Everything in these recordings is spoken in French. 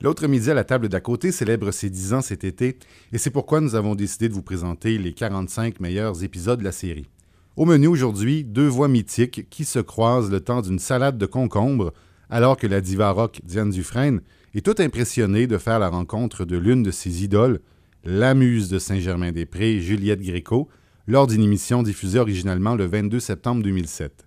L'autre midi à la table d'à côté célèbre ses 10 ans cet été, et c'est pourquoi nous avons décidé de vous présenter les 45 meilleurs épisodes de la série. Au menu aujourd'hui, deux voix mythiques qui se croisent le temps d'une salade de concombre, alors que la diva rock Diane Dufresne est toute impressionnée de faire la rencontre de l'une de ses idoles, la muse de Saint-Germain-des-Prés, Juliette Gréco, lors d'une émission diffusée originalement le 22 septembre 2007.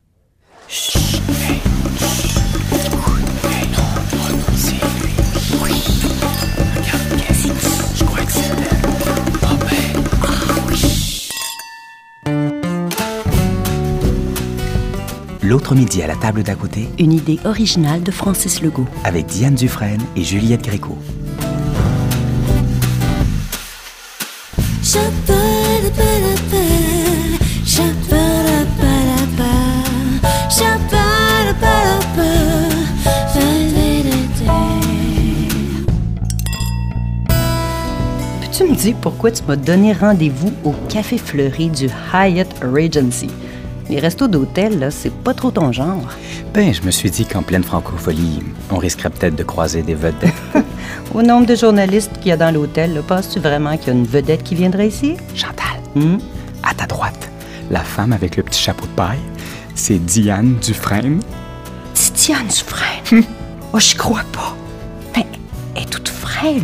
L'autre midi à la table d'à côté Une idée originale de Francis Legault. avec Diane Dufresne et Juliette Gréco. Sha-ba-da-ba-da-ba, sha-ba-da-ba-da-ba, sha-ba-da-ba-da-ba, da-da-da-da. Peux-tu me dire pourquoi tu m'as donné rendez-vous au Café Fleuri du Hyatt Regency? Les restos d'hôtel, là, c'est pas trop ton genre. Ben, je me suis dit qu'en pleine francophonie, on risquerait peut-être de croiser des vedettes. Au nombre de journalistes qu'il y a dans l'hôtel, là, penses-tu vraiment qu'il y a une vedette qui viendrait ici? Hmm? Chantal, à ta droite, la femme avec le petit chapeau de paille, c'est Diane Dufresne. Titiane Dufresne! oh, j'y crois pas! Mais elle est toute frêle,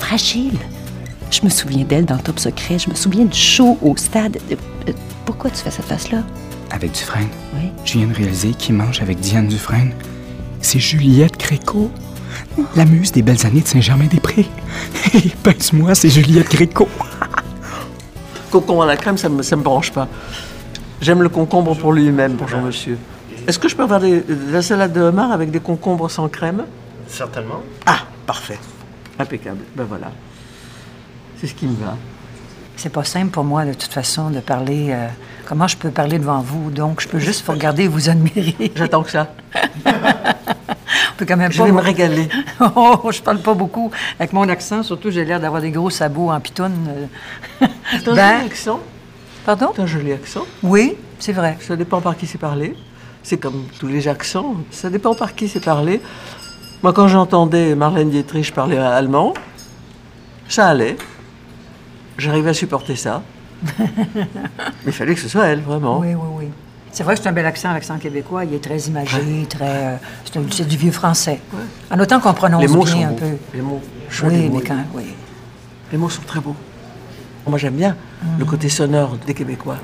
fragile. Je me souviens d'elle dans Top Secret. Je me souviens du show au stade. Euh, euh, Pourquoi tu fais cette face-là? Avec Dufresne. Oui. Je viens de réaliser qui mange avec Diane Dufresne. C'est Juliette Gréco, la muse des belles années de Saint-Germain-des-Prés. Hé, pince-moi, c'est Juliette Gréco. Cocon à la crème, ça ne me, ça me branche pas. J'aime le concombre pour lui-même, bonjour monsieur. Est-ce que je peux avoir des- de la salade de homard avec des concombres sans crème Certainement. Ah, parfait. Impeccable. Ben voilà. C'est ce qui me va. C'est pas simple pour moi, de toute façon, de parler. euh, comment je peux parler devant vous? Donc, je peux juste vous regarder et vous admirer. J'attends que ça. On peut quand même Je pas vais me vous- régaler. Oh, je parle pas beaucoup. Avec mon accent, surtout, j'ai l'air d'avoir des gros sabots en pitoune. euh. T'as un ben, joli accent. pardon? T'as un joli accent. Oui, c'est vrai. Ça dépend par qui c'est parlé. C'est comme tous les accents. Ça dépend par qui c'est parlé. Moi, quand j'entendais Marlène Dietrich parler allemand, ça allait. J'arrivais à supporter ça. Mais il fallait que ce soit elle, vraiment. Oui, oui, oui. C'est vrai que c'est un bel accent, l'accent québécois. Il est très imagé, très. euh, c'est, un- c'est du vieux français. En autant qu'on prononce Les mots bien sont un beaux. peu. Les mots. jolis Oui, mots. mais quand. Mm. Oui. Les mots sont très beaux. Moi, j'aime bien le côté sonore des Québécois.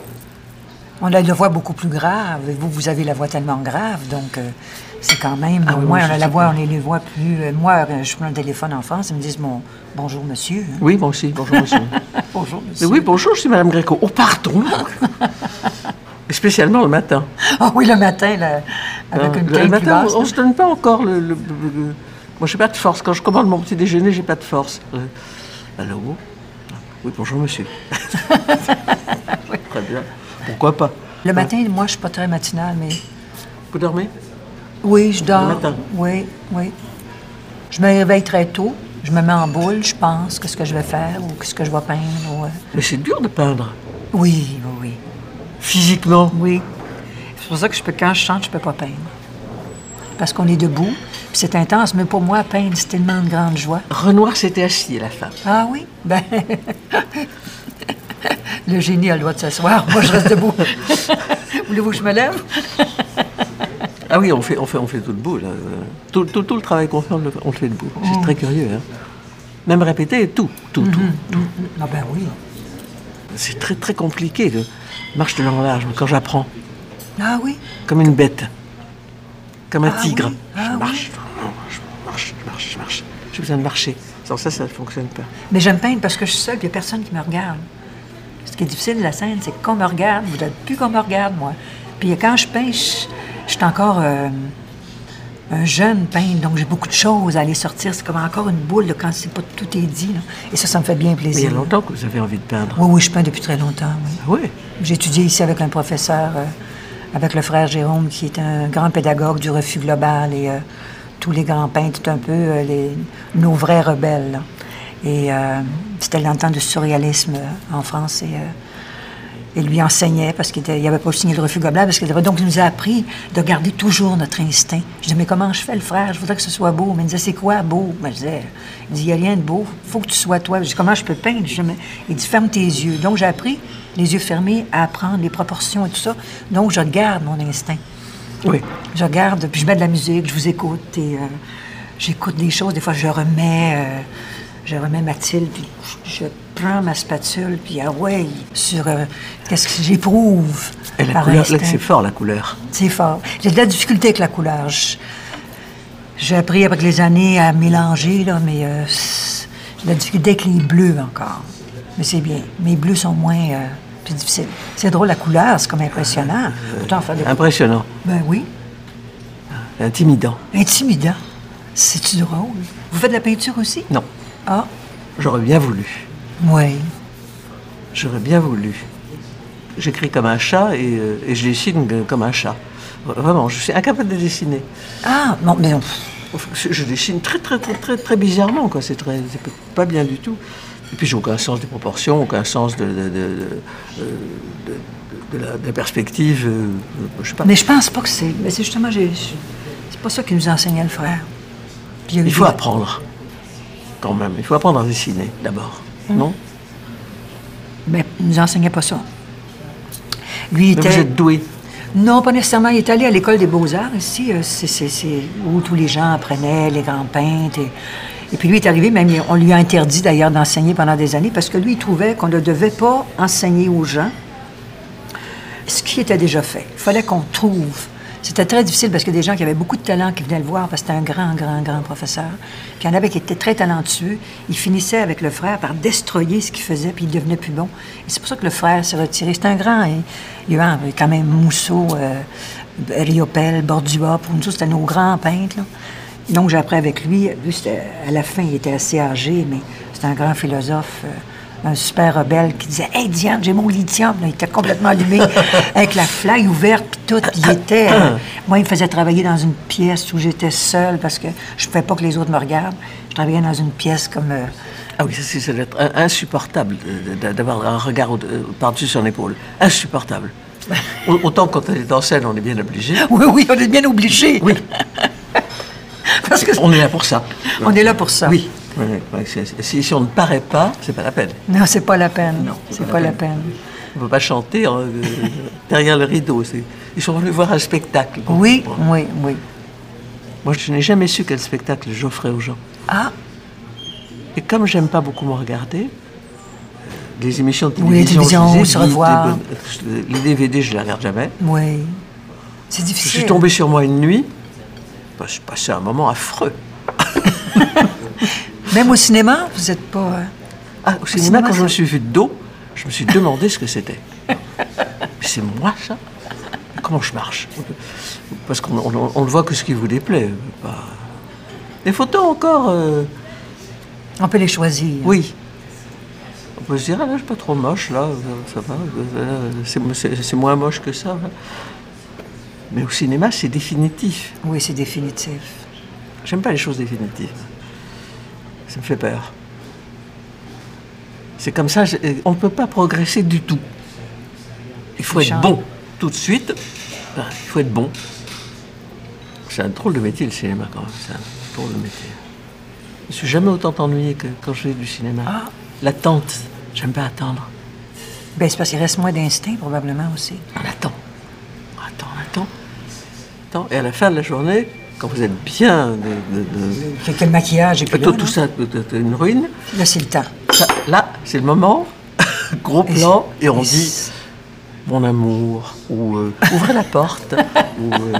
On a la voix beaucoup plus grave. et Vous, vous avez la voix tellement grave, donc euh, c'est quand même. Ah au oui, moins, moi, on je a la sais voix, pas. on est les voix plus. euh, moi, euh, je prends le téléphone en France, ils me disent mon, bonjour monsieur. hein. Oui, moi aussi. Bonjour, monsieur. Bonjour Mais monsieur. oui, bonjour, je suis Madame Gréco. Oh, pardon Et Spécialement le matin. Ah oui, le matin, là, avec Hein, une le caille plus matin, basse. on ne se donne pas encore le. le- le- le- Moi, je n'ai pas de force. Quand je commande mon petit déjeuner, j'ai pas de force. Euh, Allô Oui, bonjour, monsieur. Très bien. Pourquoi pas Le matin, moi, je suis pas très matinale, mais. Vous dormez Oui, je dors. Le matin. Oui, oui. Je me réveille très tôt. Je me mets en boule, je pense qu'est-ce que je vais faire ou qu'est-ce que je vais peindre. ou, euh, Mais c'est dur de peindre. Oui, oui, oui. Physiquement. Oui. C'est pour ça que je peux, quand je chante, je peux pas peindre. Parce qu'on est debout, puis c'est intense, mais pour moi, peindre, c'est tellement de grande joie. Renoir s'était assis, la femme. Ah oui? Ben. le génie a le droit de s'asseoir. Moi, je reste debout. Voulez-vous que je me lève? Ah oui, on fait, on fait, on fait tout debout. Là. Euh, Tout, tout, tout le travail qu'on fait, on le, on le fait debout. C'est très curieux. hein. Même répéter, tout, tout, tout. Ah ben oui. C'est très, très compliqué. de Marche de long en large, quand j'apprends. Ah oui? Comme une bête. Comme un Ah tigre. oui, ah je marche, je marche, je marche, je marche. J'ai besoin de marcher. Sans ça, ça ne fonctionne pas. Mais j'aime peindre parce que je suis seule, il n'y a personne qui me regarde. Ce qui est difficile de la scène, c'est qu'on me regarde. Vous n'êtes plus qu'on me regarde, moi. Puis quand je peins, je, je suis encore euh, un jeune peintre, donc j'ai beaucoup de choses à aller sortir. C'est comme encore une boule là, quand c'est pas tout est dit. là. Et ça, ça me fait bien Mais il y plaisir. a longtemps que vous avez envie de peindre. Oui, oui, je peins depuis très longtemps. oui. Ah ouais. J'ai étudié ici avec un professeur, euh, avec le frère Jérôme, qui est un grand pédagogue du refus global et euh, tous les grands peintres, un peu euh, les, nos vrais rebelles. là. Et euh, c'était dans le temps du surréalisme euh, en France. Et, euh, et lui enseignait parce qu'il n'avait pas signé le refus gobelin. Parce qu'il avait... Donc, il nous a appris de garder toujours notre instinct. Je disais, mais comment je fais le frère? Je voudrais que ce soit beau. Mais il me disait, c'est quoi beau? Ben, je disais, il dit, il n'y a rien de beau. faut que tu sois toi. Je dis, comment je peux peindre? Je dis, Mais- il dit, ferme tes yeux. Donc, j'ai appris, les yeux fermés, à apprendre les proportions et tout ça. Donc, je garde mon instinct. Oui. Je regarde, puis je mets de la musique, je vous écoute, et euh, j'écoute des choses. Des fois, je remets, euh, je remets Mathilde, puis je prends ma spatule, puis ah ouais, sur euh, qu'est-ce que j'éprouve Et la par couleur, là, instinct. c'est fort, la couleur. C'est fort. J'ai de la difficulté avec la couleur. Je- J'ai appris avec les années à mélanger, là, mais euh, c'est- j'ai de la difficulté avec les bleus encore. Mais c'est bien. Mes bleus sont moins euh, plus difficiles. C'est drôle, la couleur, c'est comme impressionnant. Euh, Pourtant, faire des... Impressionnant, Ben oui. intimidant. Intimidant. hein. C'est-tu drôle? Vous faites de la peinture aussi? Non, Ah, j'aurais bien voulu. oui. J'aurais bien voulu. J'écris comme un chat et, euh, et je dessine comme un chat. Vraiment, je suis incapable de dessiner. Ah, bon, mais on- Enfin, je, je dessine très, très, très, très, très bizarrement, quoi. C'est très, c'est p- pas bien du tout. Et puis, j'ai aucun sens des proportions, aucun sens de, de, de- de- euh, de- de la, de la perspective. euh, euh, je sais pas. mais je pense pas que c'est. Mais c'est justement, j'ai- je- c'est pas ça qu'il nous enseignait le frère. Puis y a eu Il faut des- apprendre, quand même. Il faut apprendre à dessiner, d'abord. Mmh. Non Mais Ben, il nous enseignait pas ça. Lui, il Mais était. vous êtes doué. Non, pas nécessairement. Il est allé à l'école des beaux-arts ici, euh, c'est, c'est- c'est où tous les gens apprenaient les grands peintres. Et, et puis lui est arrivé, même il- on lui a interdit d'ailleurs d'enseigner pendant des années parce que lui, il trouvait qu'on ne devait pas enseigner aux gens ce qui était déjà fait. Il fallait qu'on trouve. C'était très difficile parce que des gens qui avaient beaucoup de talent qui venaient le voir parce que c'était un grand, grand, grand professeur. Puis il y en avait qui étaient très talentueux. Ils finissaient avec le frère par destroyer ce qu'il faisait puis il devenait plus bon. Et c'est pour ça que le frère s'est retiré. C'est un grand. hein. Il y a eu quand même Mousseau, euh, Riopel, Bordua, pour nous, autres, c'était nos grands peintres. là. Donc j'ai appris avec lui. Lui, c'était- à la fin, il était assez âgé, mais c'était un grand philosophe. euh, un super rebelle qui disait Hey Diane, j'ai mon lithium. Là, il était complètement allumé avec la flaille ouverte puis tout. puis il était. euh, moi, il me faisait travailler dans une pièce où j'étais seule parce que je ne pouvais pas que les autres me regardent. Je travaillais dans une pièce comme. euh, Ah oui, ça, c'est- ça doit être in- insupportable de- de- d'avoir un regard au- euh, par-dessus son épaule. Insupportable. Au- Autant quand on est en scène, on est bien obligé. Oui, oui, on est bien obligé. Oui, Parce que on est là pour ça. on est là pour ça. Oui. Oui, oui, oui, c'est- c'est- si, si on ne paraît pas, c'est pas la peine. Non, c'est pas la peine. Non, c'est pas la peine. On ne peut pas chanter euh, euh, derrière le rideau. c'est- Ils sont venus voir un spectacle. Oui, Bon. oui, oui. Moi, je n'ai jamais su quel spectacle j'offrais aux gens. Ah, Et comme j'aime pas beaucoup me regarder, euh, les émissions de Oui, les télévision, je télévisions, les se évite, revoir. les bonnes- euh, je- Les DVD, je ne les regarde jamais. oui. C'est Je difficile. suis tombé sur moi une nuit. Bah, je passais un moment affreux. Même au cinéma, vous n'êtes pas. euh, Ah, au cinéma, cinéma, quand je ça- me suis vu de dos, je me suis demandé ce que c'était. Mais c'est moi, ça Mais Comment je marche Parce qu'on on- on ne voit que ce qui vous déplaît. Pas... Les photos encore, euh, On peut les choisir. oui. On peut se dire, ah là, je suis pas trop moche, là, ça va, euh, c'est- c'est c'est moins moche que ça. hein. Mais au cinéma, c'est définitif. Oui, c'est définitif. J'aime pas les choses définitives. Ça me fait peur. C'est comme ça, je- euh, on ne peut pas progresser du tout. Il faut être Richard. bon tout de suite. Ben, Il faut être bon. C'est un drôle de métier le cinéma quand même. C'est un drôle de métier. Je suis jamais autant ennuyé que quand je fais du cinéma. L'attente, j'aime pas attendre. Ben, c'est parce qu'il reste moins d'instinct, probablement aussi. On attend. On attend, on attend. On attend. Et à la fin de la journée, quand vous êtes bien de- de- de, Quel, quel maquillage et puis tout, là, tout là. ça, tout- tout- tout une ruine. Là, c'est le temps. Ça, là, c'est le moment. Gros plan. Et on Et dit c'est- Mon amour. Ou euh, Ouvrez la porte. Ou euh,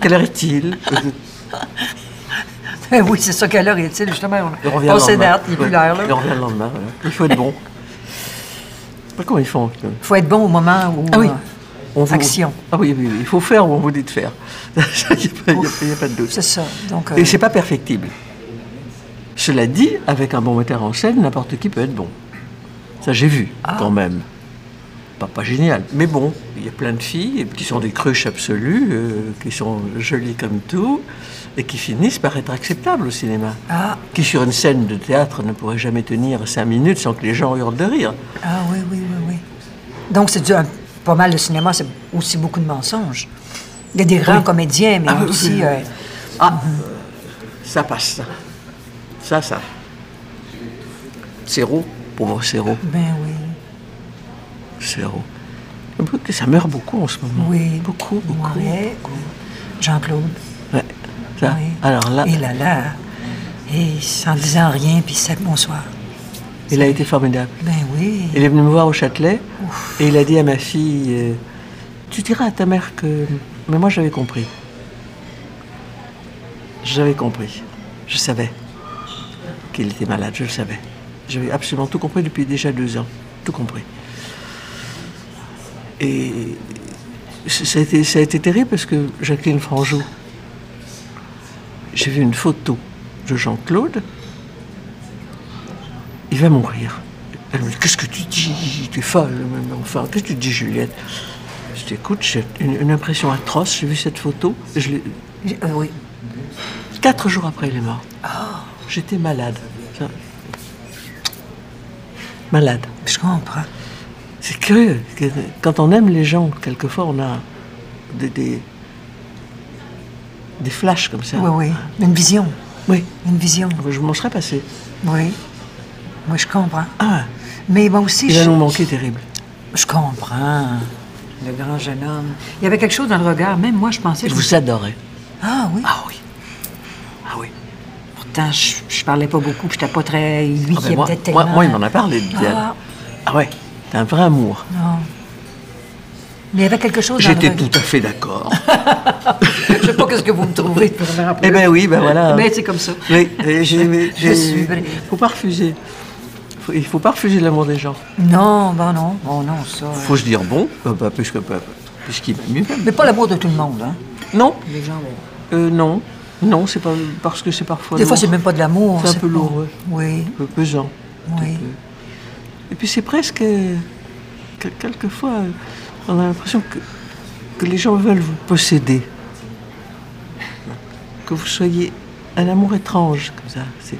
Quelle heure est-il Euh, Ben oui, c'est ça, quelle heure est-il, justement? et On On, revient le on lendemain. s'énerve, il est plus Ouais, l'heure, et on là. revient le lendemain. voilà. Il faut être bon. Je sais pas comment ils font. euh. faut être bon au moment où... Ah euh, On vous- Action. Ah oui, oui, oui, il faut faire ou on vous dit de faire. Il n'y a, pas- il y a pas de doute. C'est ça, donc... euh, Et c'est pas perfectible. Cela dit, avec un bon metteur en scène, n'importe qui peut être bon. Ça, j'ai vu, quand même. Pas, pas génial, mais bon, il y a plein de filles qui sont des cruches absolues, euh, qui sont jolies comme tout, et qui finissent par être acceptables au cinéma. Ah. Qui, sur une scène de théâtre, ne pourraient jamais tenir cinq minutes sans que les gens hurlent de rire. Ah oui, oui, oui, oui. Donc, c'est du- un- pas mal le cinéma, c'est aussi beaucoup de mensonges. Il y a des grands comédiens, mais Ah, oui, aussi. oui, oui. euh, Ah, ça passe, ça. Ça, ça. Zéro, pauvre zéro, ben oui. zéro. Que Ça meurt beaucoup en ce moment. Oui. Beaucoup, beaucoup. Ouais. Jean-Claude. Ouais. Ça, oui. Alors là, Et Ah, là, là. Et sans disant rien, puis c'est bonsoir. il a été formidable. Ben oui. Il est venu me voir au Châtelet et il a dit à ma fille euh, Tu diras à ta mère que. Mais moi j'avais compris. J'avais compris. Je savais qu'il était malade, je le savais. J'avais absolument tout compris depuis déjà deux ans. Tout compris. Et c- ça a été, ça a été terrible parce que Jacqueline Franjot, j'ai vu une photo de Jean-Claude il va mourir. Elle me dit, qu'est-ce que tu dis Tu es folle, mais enfin, qu'est-ce que tu dis, Juliette Je dis, écoute, j'ai une, une impression atroce, j'ai vu cette photo. Je l'ai- J- euh, oui. Quatre jours après, il est mort. J'étais malade. Ça. Malade. Je comprends. C'est curieux. que- Quand on aime les gens, quelquefois, on a des, des, des flashs comme ça. Oui, oui. Une vision. Oui. Une vision. Je m'en serais passé. Oui. Moi, je comprends. Ah, Mais moi aussi, il va je, nous manquer terrible. je comprends. Le grand jeune homme. Il y avait quelque chose dans le regard. Même moi, je pensais. Je vous adorais. Ah oui. Ah oui. Ah oui. Pourtant, je, je parlais pas beaucoup, puis j'étais pas très. Lui Ah ben qui moi, était moi- tellement. moi, il m'en a parlé de Diane. Ah. Ah, ouais, c'est un vrai amour. Non. Mais il y avait quelque chose dans le J'étais regard. tout à fait d'accord. Je sais pas qu'est-ce que vous me trouvez pour me rappeler. eh ben oui, ben voilà. Mais c'est comme ça. Oui, et j'ai- mais- Je et- suis vraie. Faut pas refuser. Faut- il faut pas refuser l'amour des gens. Non, ben non. Bon, non, ça. euh. Faut se dire bon, euh, bah, puisque bah, puisqu'il va mieux. Mais pas l'amour de tout le monde, hein. Non, Les gens vont. euh, non, non, c'est pas parce que c'est parfois. Des fois, lourd. c'est même pas de l'amour. C'est un peu pas- lourd, ouais. Oui, Un peu pesant. oui. Et puis c'est presque. euh, que- Quelquefois, euh, on a l'impression que, que les gens veulent vous posséder. Que vous soyez un amour étrange, comme ça. C'est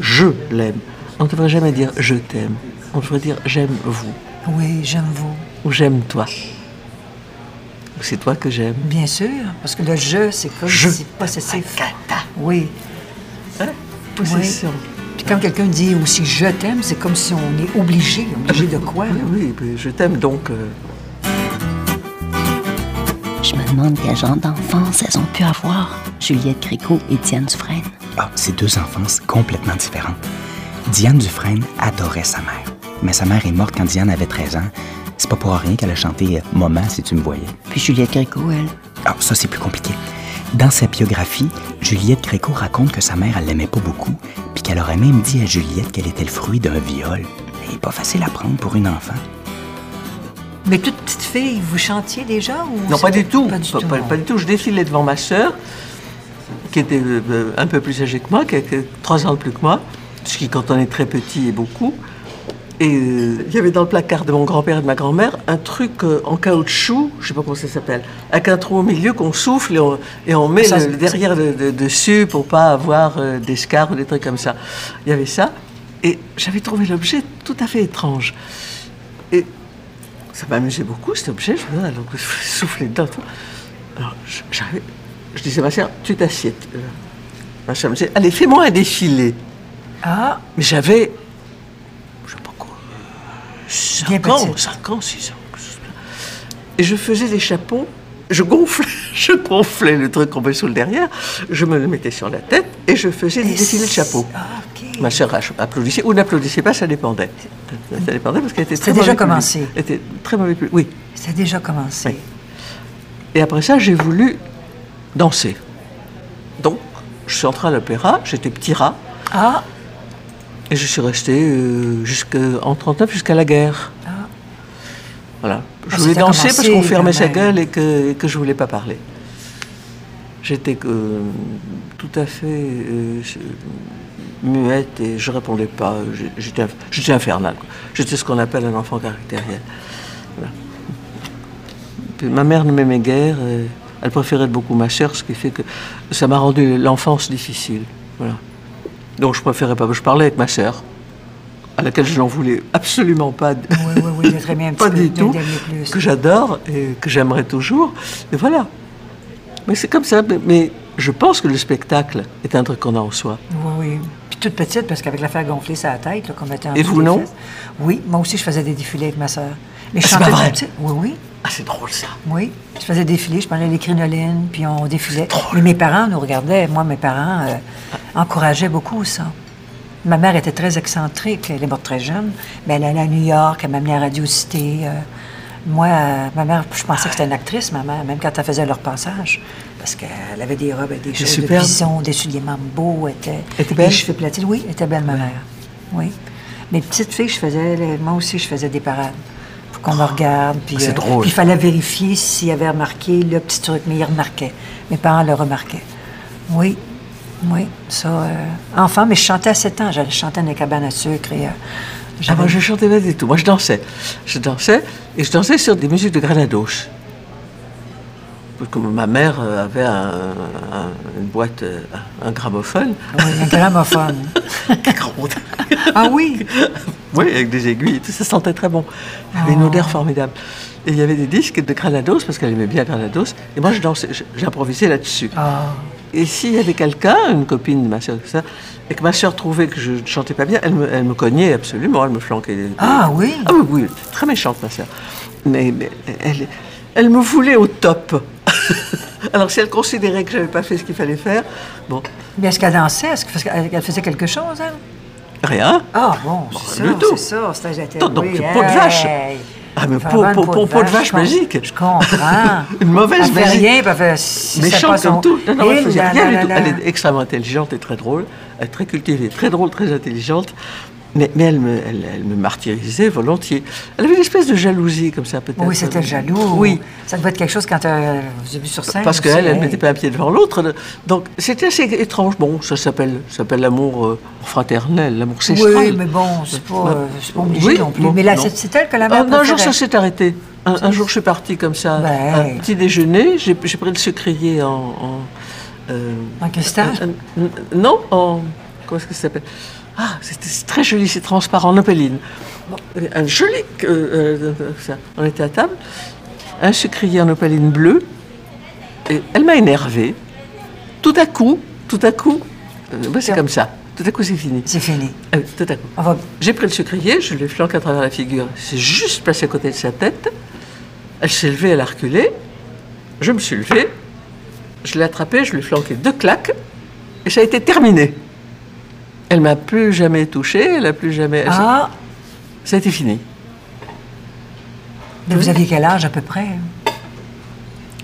je l'aime. On ne devrait jamais dire je t'aime. On devrait dire j'aime vous Oui, j'aime vous. ou j'aime toi. Ou c'est toi que j'aime. Bien sûr, parce que le je, c'est comme Je. si possessif. Oui. Possession. Puis quand quelqu'un dit aussi je t'aime, c'est comme si on est obligé, obligé de quoi, là. Oui, oui, mais je t'aime donc. euh, Je me demande quel genre d'enfance elles ont pu avoir, Juliette Gréco et Diane Dufresne. Ah, c'est deux enfances complètement différentes. Diane Dufresne adorait sa mère. Mais sa mère est morte quand Diane avait 13 ans. C'est pas pour rien qu'elle a chanté euh, Maman si tu me voyais. Puis Juliette Gréco, elle. Ah, ça, c'est plus compliqué. Dans sa biographie, Juliette Gréco raconte que sa mère, elle l'aimait pas beaucoup, puis qu'elle aurait même dit à Juliette qu'elle était le fruit d'un viol. Et pas facile à prendre pour une enfant. Mais toute petite fille, vous chantiez déjà ou Non, pas du c'était- tout. Pas du tout. pas- pas du tout. Je défilais devant ma sœur, qui était euh, euh, un peu plus âgée que moi, qui était trois ans de plus que moi, ce qui, quand on est très petit, est beaucoup. Et euh, il y avait dans le placard de mon grand-père et de ma grand-mère un truc euh, en caoutchouc, je sais pas comment ça s'appelle, avec un trou au milieu qu'on souffle et on, et on met Ça, le- c'est- le derrière de- de- dessus pour pas avoir euh, d'escarres ou des trucs comme ça. Il y avait ça. Et j'avais trouvé l'objet tout à fait étrange. Et ça m'amusait beaucoup, cet objet. Je me disais, alors, souffler dedans. tout. Alors, je- j'arrivais, je disais à ma sœur, tu t'assiettes. Euh, Ma sœur me disait, allez, fais-moi un défilé. Ah, Mais j'avais, je sais pas quoi, 5 Bien ans, petite. 5 ans, 6 ans. quelque chose comme ça. Et je faisais des chapeaux, je gonflais, je gonflais le truc qu'on met sous le derrière, je me le mettais sur la tête et je faisais des défilés de chapeaux. Ah, ok. Ma sœur ach- applaudissait ou n'applaudissait pas, ça dépendait. Ça, ça dépendait parce qu'elle était très C'était déjà mauvais public. commencé. Elle était très mauvais public, oui. c'est déjà commencé. Oui. Et après ça, j'ai voulu danser. Donc, je suis entrée à l'opéra, j'étais petit rat, Ah, et je suis restée euh, jusque- en 39 jusqu'à la guerre. Voilà. Je Ah, voulais ça a danser parce commencé, qu'on fermait quand sa même. gueule et que, et que je voulais pas parler. J'étais euh, tout à fait euh, je- muette et je répondais pas. J'ai- J'étais inf- j'étais infernal. quoi. J'étais ce qu'on appelle un enfant caractériel. Voilà. Puis ma mère ne m'aimait guère. euh, elle préférait beaucoup ma sœur, ce qui fait que ça m'a rendu l'enfance difficile. Voilà. Donc je préférais pas. Je parlais avec ma sœur. à laquelle je n'en voulais absolument pas. de- Oui, oui, oui, j'ai très bien un petit pas peu du tout, d'indemné plus. que j'adore et que j'aimerais toujours. Et voilà. Mais c'est comme ça. Mais- Mais je pense que le spectacle est un truc qu'on a en soi. Oui, oui. Puis toute petite, parce qu'avec l'affaire gonflée sur la tête, là, qu'on mettait en Et dessous vous, des non? fesses. Oui, moi aussi, je faisais des défilés avec ma sœur. Mais je Ah, c'est chantais pas vrai? toute petite. Oui, oui. Ah, c'est drôle ça. Oui, je faisais défiler, je prenais les crinolines, puis on défilait. Mais mes parents nous regardaient. Moi, mes parents euh, encourageaient beaucoup ça. Ma mère était très excentrique. Elle est morte très jeune. Mais elle allait à New York, elle m'amenait à Radio Cité. euh, moi, euh, ma mère, je pensais que c'était une actrice, ma mère, même quand elle faisait leur passage. Parce qu'elle avait des robes avec des choses de superbe. bison, des souliers mambo, elle était, Elle était les belle? cheveux platines. Oui, elle était belle, ma mère. Oui. Mes petites filles, je faisais, les- moi aussi, je faisais des parades pour qu'on me regarde. Puis, C'est euh, drôle. puis il fallait vérifier s'il avait remarqué le petit truc, mais il remarquait. Mes parents le remarquaient. Oui, oui, ça. euh, enfant, mais je chantais à 7 ans. J'allais chanter dans les cabanes à sucre et. euh, Ah, j'avais- moi, je chantais pas du tout. Moi, je dansais. Je dansais et je dansais sur des musiques de Granados. Parce que ma mère euh, avait un- un- une boîte, euh, un gramophone. Oui, un gramophone. Grande. ah oui! Oui, avec des aiguilles, et tout, ça sentait très bon. Il y avait une Oh. odeur formidable. Et il y avait des disques de Granados, parce qu'elle aimait bien Granados, et moi je dansais, je- j'improvisais là-dessus. Ah, Et s'il y avait quelqu'un, une copine de ma soeur, tout ça, et que ma soeur trouvait que je ne chantais pas bien, elle me, elle me cognait absolument, elle me flanquait. Ah oui? Ah oui, oui, très méchante ma soeur. Mais, mais elle, elle me voulait au top. Alors si elle considérait que je n'avais pas fait ce qu'il fallait faire, bon, Mais est-ce qu'elle dansait? Est-ce qu'elle- parce qu'elle faisait quelque chose, elle? rien. Ah bon, c'est Bon, ça, du tout. c'est ça. C'était j'étais- Donc, donc, oui, peau de vache. hey. Ah, mais Vraiment peau- une peau- peau- peau de vache je com- magique. Je comprends. Une mauvaise Elle fait magique. rien, puis elle fait- si c'est méchante pas comme son- tout. Non, non, elle Il, faisait la, rien la, du la, tout. la. Elle est extrêmement intelligente et très drôle, euh, très cultivée, très drôle, très intelligente. Mais, mais elle, me, elle, elle me martyrisait volontiers. Elle avait une espèce de jalousie comme ça, peut-être. Oh Oui, c'était jaloux. Oui. Ça devait être quelque chose quand euh, vous avez vu sur scène. Parce aussi, hein. qu'elle, elle hey. ne mettait pas un pied devant l'autre. Donc, c'était assez étrange. Bon, ça s'appelle ça s'appelle l'amour euh, fraternel, l'amour cestral. Oui, mais bon, c'est pas, euh, c'est pas obligé Oui, non plus. bon, mais là, non. c'est c'est elle que la Un, mère un jour, préférait. ça s'est arrêté. Un, un jour, je suis partie comme ça, Ben. un petit déjeuner. J'ai j'ai pris le sucrier en. en, euh, En cristal? en- en- Non, en. Comment est-ce que ça s'appelle Ah, c'était c'est très joli, c'est transparent, en opaline. Bon, Un joli. euh, euh, ça. On était à table. Un sucrier en opaline bleue. Et elle m'a énervée. Tout à coup, tout à coup, euh, ben, c'est Tiens. comme ça. Tout à coup, c'est fini. C'est fini. Euh, tout à coup. On va- J'ai pris le sucrier, je l'ai flanqué à travers la figure. C'est juste passé à côté de sa tête. Elle s'est levée, elle a reculé. Je me suis levée. Je l'ai attrapée, je lui ai flanqué deux claques. Et ça a été terminé. Elle m'a plus jamais touchée, elle a plus jamais. elle- Ah, Ça a été fini. mais vous aviez quel âge à peu près?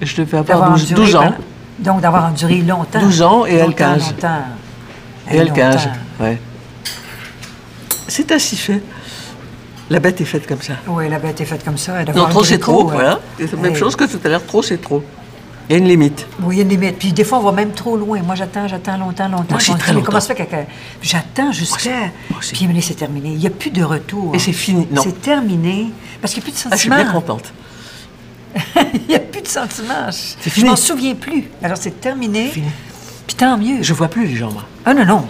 Je devais avoir D'avoir 12, enduré 12 ans. pendant- Donc, d'avoir enduré longtemps. 12 ans et elle Longtemps, 15. longtemps. Et elle longtemps. 15. Ouais. C'est ainsi fait. La bête est faite comme ça. Oui, la bête est faite comme ça. Elle doit Non, avoir trop un c'est gréco, trop, euh, voilà. C'est la même euh, chose que tout à l'heure, trop c'est trop. Il y a une limite. Ah, Oui, il y a une limite. Puis des fois, on va même trop loin. Moi, j'attends, j'attends longtemps, longtemps. Moi, c'est Puis on se très dit, Mais comment longtemps. ça fait que- que... J'attends jusqu'à... moi aussi. Puis mais c'est terminé. Il n'y a plus de retour. Et c'est fini. Non. C'est terminé. Parce qu'il n'y a plus de Ah, je suis sentiments. bien contente. il n'y a plus de sentiments. C'est fini. Je m'en souviens plus. Alors, c'est terminé. Fini. Puis tant mieux. Je vois plus les gens, moi. Ah non, non.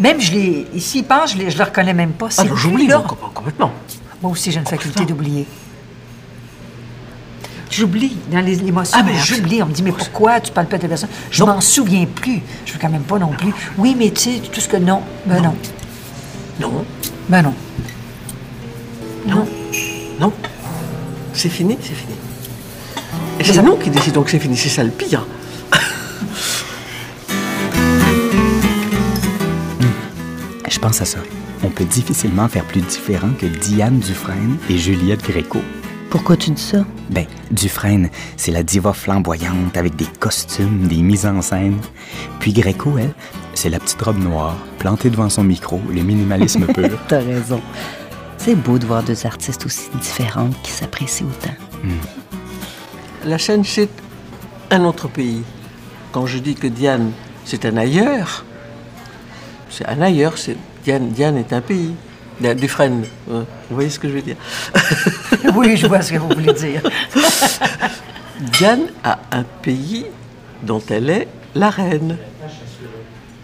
Même, je les... Ici, ils pensent, je les... je les reconnais même pas. Ah C'est non, plus j'oublie là. donc, com- complètement. Moi aussi, j'ai une faculté d'oublier. J'oublie dans les émotions. Ah, mais j'oublie. On me dit, mais pourquoi tu parles pas de personne? Je m'en souviens plus. Je veux quand même pas non plus. Oui, mais tu sais, tout ce que non. Ben non. Non, Ben non. non. C'est fini, c'est fini. Et c'est nous qui décidons que c'est fini, c'est ça le pire. Je pense à ça. On peut difficilement faire plus différent que Diane Dufresne et Juliette Gréco. Pourquoi tu dis ça? Ben, Dufresne, c'est la diva flamboyante avec des costumes, des mises en scène. Puis Gréco, elle, c'est la petite robe noire, plantée devant son micro, le minimalisme pur. T'as raison. C'est beau de voir deux artistes aussi différentes qui s'apprécient autant. La scène, c'est un autre pays. Quand je dis que Diane, c'est un ailleurs, c'est un ailleurs, c'est Diane, Diane est un pays. Dia- Dufresne, euh, vous voyez ce que je veux dire Oui, je vois ce que vous voulez dire. Diane a un pays dont elle est la reine.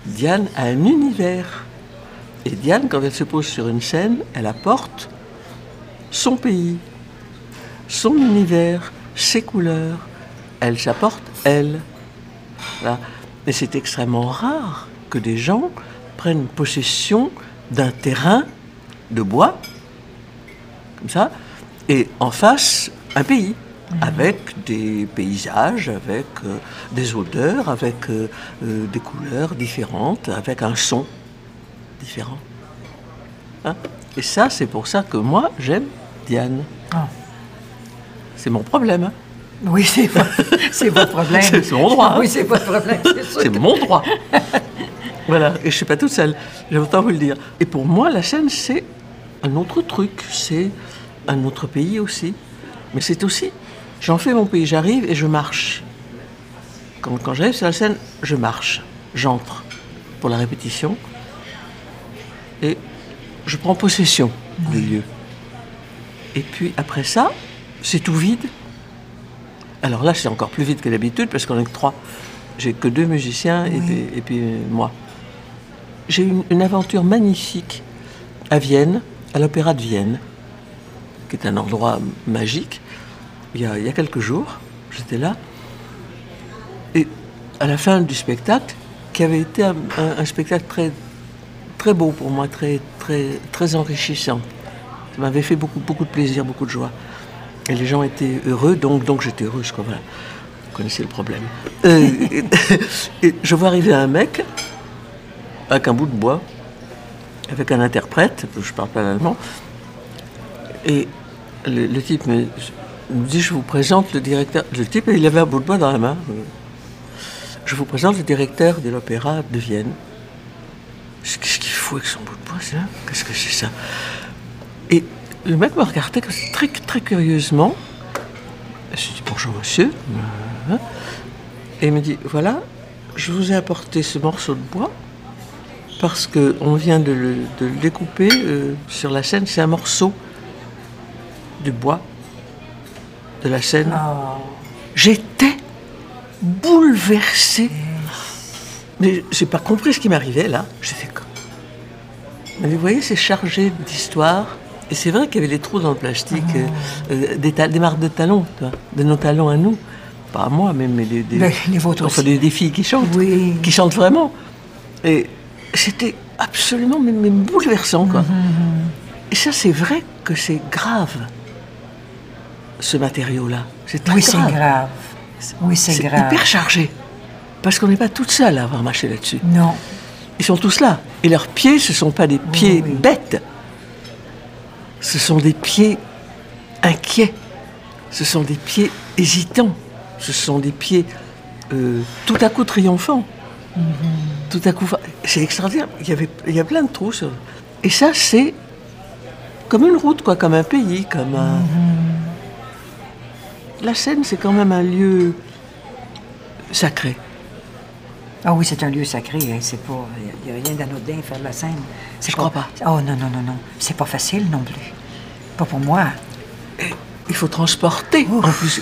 Diane a un univers. Et Diane, quand elle se pose sur une scène, elle apporte son pays, son univers, ses couleurs. Elle s'apporte elle. Voilà. Mais c'est extrêmement rare que des gens prennent possession d'un terrain de bois, comme ça, et en face, un pays, avec des paysages, avec euh, des odeurs, avec euh, euh, des couleurs différentes, avec un son différent. Hein? Et ça, c'est pour ça que moi, j'aime Diane. Ah. C'est mon problème. hein. Oui, c'est votre, c'est votre problème. C'est- c'est mon droit, hein. Oui, c'est votre problème, c'est sûr. C'est mon droit. voilà, et je suis pas toute seule, j'ai autant vous le dire. Et pour moi, la scène, c'est un autre truc, c'est un autre pays aussi. Mais c'est aussi, j'en fais mon pays, j'arrive et je marche. Quand, quand j'arrive sur la scène, je marche, j'entre pour la répétition et je prends possession du lieu. Et puis après ça, c'est tout vide. Alors là, c'est encore plus vite que d'habitude parce qu'on est que trois. J'ai que deux musiciens et, puis, et puis, euh, moi. J'ai eu une, une aventure magnifique à Vienne, à l'Opéra de Vienne, qui est un endroit magique. Il y a, il y a quelques jours, j'étais là. Et à la fin du spectacle, qui avait été un, un- un spectacle très, très beau pour moi, très, très, très enrichissant. Ça m'avait fait beaucoup, beaucoup de plaisir, beaucoup de joie. Et les gens étaient heureux, donc, donc j'étais heureuse. Quoi, voilà. Vous connaissez le problème. Euh, et- et je vois arriver un mec avec un bout de bois, avec un interprète, je parle pas l'allemand, et le, le type me, me dit, je vous présente le directeur. Le type, il avait un bout de bois dans la main. Je vous présente le directeur de l'opéra de Vienne. Qu'est-ce qu'il fout avec son bout de bois, ça Qu'est-ce que c'est ça et le mec me regardait comme ça, très, très curieusement. Je lui ai dit bonjour monsieur. Euh, hein. Et il me dit voilà, je vous ai apporté ce morceau de bois parce qu'on vient de le, de le découper euh, sur la scène. C'est un morceau du bois de la scène. Ah. J'étais bouleversée. Mais j'ai pas compris ce qui m'arrivait là. J'ai fait comme. Mais vous voyez, c'est chargé d'histoire. Et c'est vrai qu'il y avait des trous dans le plastique, Ah. euh, euh, des, ta- des marques de talons, tu vois, de nos talons à nous. Pas à moi, mais, mais des, des, Ben, les vôtres enfin, aussi. des, des filles qui chantent, Oui. qui chantent vraiment. Et c'était absolument mais, mais bouleversant, quoi. Mm-hmm. Et ça, c'est vrai que c'est grave, ce matériau-là. C'est très Oui, c'est grave. Oui, c'est c'est grave. hyper chargé. Parce qu'on n'est pas toute seule à avoir marché là-dessus. Non. Ils sont tous là. Et leurs pieds, ce ne sont pas des pieds oui. bêtes. Ce sont des pieds inquiets. Ce sont des pieds hésitants. Ce sont des pieds euh, tout à coup triomphants. Tout à coup. fa- C'est extraordinaire. Il y, avait, il y a plein de trous. sur- Et ça, c'est comme une route, quoi, comme un pays, comme un. La Seine, c'est quand même un lieu sacré. Ah oui, c'est un lieu sacré. hein, C'est pas. Il n'y a rien d'anodin faire de la scène. C'est Je crois pas. Oh non, non, non, non. C'est pas facile non plus. Pas pour moi. Il faut transporter. En plus,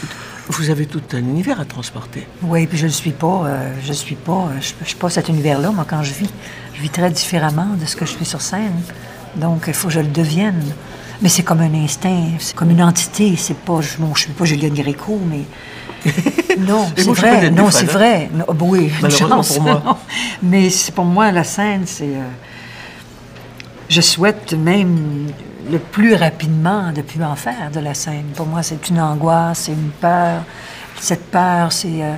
vous avez tout un univers à transporter. Oui, puis je ne suis pas. euh, je suis pas. euh, Je, je suis pas cet univers-là, moi, quand je vis. Je vis très différemment de ce que je suis sur scène. Donc, il faut que je le devienne. Mais c'est comme un instinct, c'est comme une entité. C'est pas. Je, bon, je suis pas Juliette Gréco, mais. Non, Et c'est moi, je suis pas vrai. Diane Non, Dufresne, c'est hein. vrai. Non, bah oui, une Malheureusement chance, pour moi. non. Mais c'est pour moi, la scène, c'est. euh, je souhaite même le plus rapidement de plus en faire de la scène. Pour moi, c'est une angoisse, c'est une peur. Cette peur, c'est euh,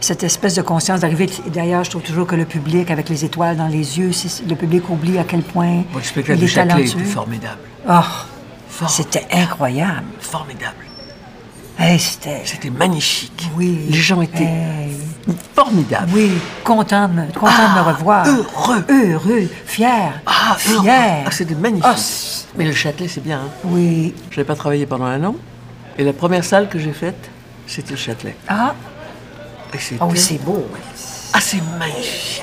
cette espèce de conscience d'arriver. Et D'ailleurs, je trouve toujours que le public, avec les étoiles dans les yeux, c'est- le public oublie à quel point Votre spectacle il de est Châtelet talentueux. était formidable. Oh, c'était incroyable. Formidable. Hey, c'était. C'était magnifique. Oui. Les gens étaient Hey. formidables. Oui, content de me, content de me revoir. Ah, heureux. Heureux, fier. Ah, alors, fier. ah, c'était magnifique. Ah, c'est- Mais le Châtelet, c'est bien. Hein. oui. Je n'ai pas travaillé pendant un an. Et la première salle que j'ai faite, c'était le Châtelet. Ah, Et c'était- ah oui, c'est beau. oui. Ah, c'est magnifique.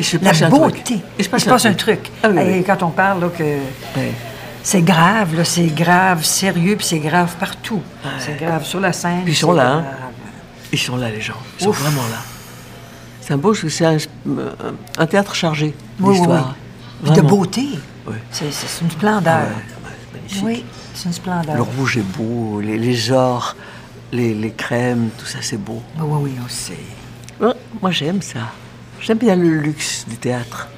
Il se La passe un beauté. truc. Il se passe, un truc. Ah oui, Et oui. quand on parle là, que Ouais. c'est grave, là, c'est grave, sérieux, puis c'est grave partout. C'est grave sur la scène. Puis ils sont c'est là, hein. grave. Ils sont là, les gens. Ils sont Ouf. vraiment là. C'est euh, un beau, c'est un, un théâtre chargé. Oui, oui, oui. l'histoire. Puis de Vraiment. beauté. Oui. C'est- C'est c'est une splendeur. Ouais, ouais, magnifique. oui, c'est une splendeur. Le rouge est beau, les, les ors, les, les crèmes, tout ça c'est beau. Ah Oui, oui, oh, oui, on sait. Ouais, Moi j'aime ça. J'aime bien le luxe du théâtre.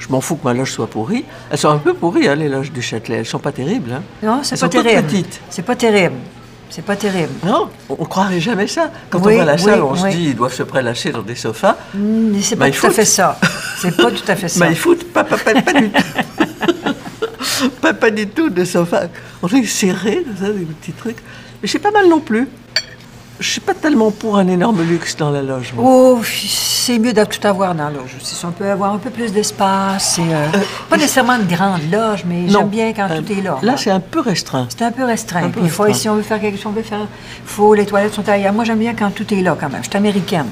Je m'en fous que ma loge soit pourrie. Elles sont un peu pourries, hein, les loges du Châtelet. Elles sont pas terribles. Hein. Non, c'est Elles pas sont toutes terrible. petites. C'est pas terrible. C'est pas terrible. Non, on on croirait jamais ça. Quand Oui, on va à la oui, salle, on oui. se dit ils doivent se prélasser dans des sofas. Mais c'est pas My tout à foot. fait ça. C'est pas tout à fait ça. Mais ils foutent pas, pas, pas, pas du tout. pas, pas du tout de sofa. On est serré, comme ça, des petits trucs. Mais je suis pas mal non plus. Je suis pas tellement pour un énorme luxe dans la loge. moi. Oh, c'est mieux de tout avoir dans la loge. Si on peut avoir un peu plus d'espace, et, euh, pas nécessairement une grande loge, mais Non. j'aime bien quand Euh, tout est là. Là, c'est un peu restreint. C'est un peu restreint. Un peu Puis des fois, restreint. si on veut faire quelque chose, on veut faire. Faut, les toilettes sont ailleurs. Moi, j'aime bien quand tout est là, quand même. Je suis américaine.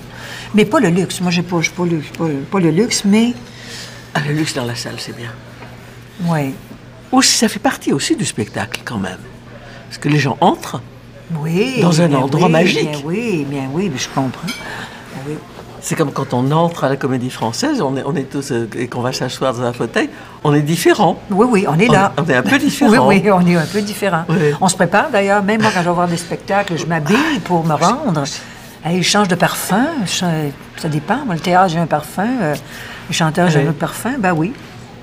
Mais pas le luxe. Moi, j'ai pas, j'ai pas, le- pas, pas le luxe, mais. Ah, le luxe dans la salle, c'est bien. Oui. Aussi, ça fait partie aussi du spectacle, quand même. Parce que les gens entrent. Oui. Dans un bien endroit oui, magique. Bien oui, bien oui, mais je comprends. Oui. C'est comme quand on entre à la Comédie Française, on est, on est tous euh, et qu'on va s'asseoir dans un fauteuil, on est différent. Oui, oui, on est On là. est- on est un peu différents. Oui, oui, on est un peu différent. Oui. On se prépare d'ailleurs, même moi quand je vais voir des spectacles, je m'habille pour Ah, me rendre. Et je change de parfum, Je- ça dépend. Moi, le théâtre, j'ai un parfum, euh, le chanteur, j'ai Oui. un autre parfum. Ben oui.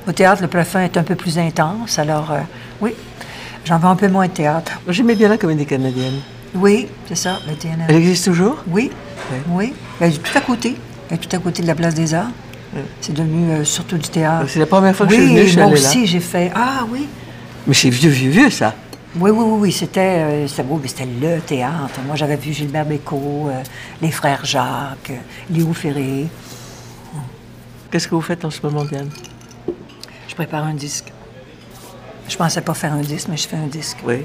Au théâtre, le parfum est un peu plus intense, alors euh, oui, j'en vais un peu moins de théâtre. J'aimais bien la Comédie canadienne. Oui, c'est ça, le TNL. Elle existe toujours Oui, oui. Elle est tout à côté. Elle est tout à côté de la place des Arts. C'est devenu euh, surtout du théâtre. C'est la première fois que oui, je suis venue, je suis moi allée là. aussi, j'ai fait. Ah oui. Mais c'est vieux, vieux, vieux, ça. Oui, oui, oui, oui, c'était, euh, c'était beau, mais c'était le théâtre. Moi, j'avais vu Gilbert Bécaud, euh, les frères Jacques, euh, Léo Ferré. Qu'est-ce que vous faites en ce moment, Diane Je prépare un disque. Je pensais pas faire un disque, mais je fais un disque. Oui.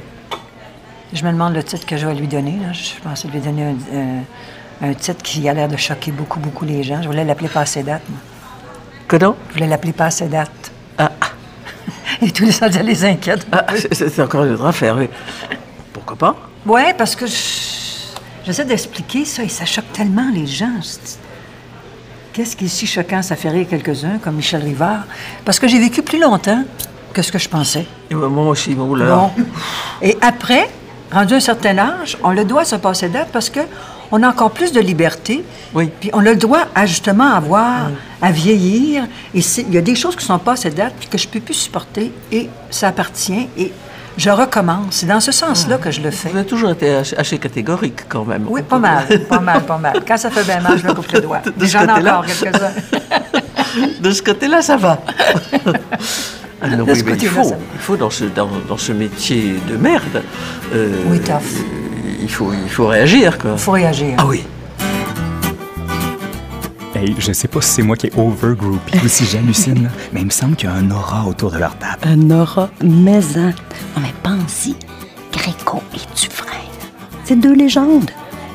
Je me demande le titre que je vais lui donner. là. Je pensais lui donner un, un- un titre qui a l'air de choquer beaucoup, beaucoup les gens. Je voulais l'appeler Passé date, moi. Comment Je voulais l'appeler Passé date. Ah, ah, Et tous les gens, ça les inquiète. ah, c'est- c'est encore une autre affaire, oui. Pourquoi pas Oui, parce que je- j'essaie d'expliquer ça et ça choque tellement les gens. C'est- Qu'est-ce qui est si choquant? Ça fait rire quelques-uns, comme Michel Rivard. Parce que j'ai vécu plus longtemps que ce que je pensais. Et Moi aussi, bon, là. Bon. Et après, rendu à un certain âge, on le doit se passer date parce que on a encore plus de liberté. Oui. Puis on a le droit à justement avoir, à vieillir. Et c'est- il y a des choses qui sont passées date puis que je peux plus supporter et ça appartient et je recommence. C'est dans ce sens-là que je le fais. Vous avez toujours été assez assez catégorique, quand même. Oui, pas mal, pas mal, pas mal. Quand ça fait bien mal, je le coupe le doigt. De Mais ce J'en ai côté-là. encore quelques-uns. De ce côté-là, ça va. Ah non, De oui, ce mais il côté-là, faut, ça va. il faut dans ce, dans, dans ce métier de merde. euh, Oui, tough. Il faut, il faut réagir, quoi. Il faut réagir. Ah oui. Hey, je sais pas si c'est moi qui est overgroupé ou si j'hallucine, là, mais il me semble qu'il y a un aura autour de leur table. Un aura maison. Non, mais pense-y. Gréco et Dufresne. C'est deux légendes.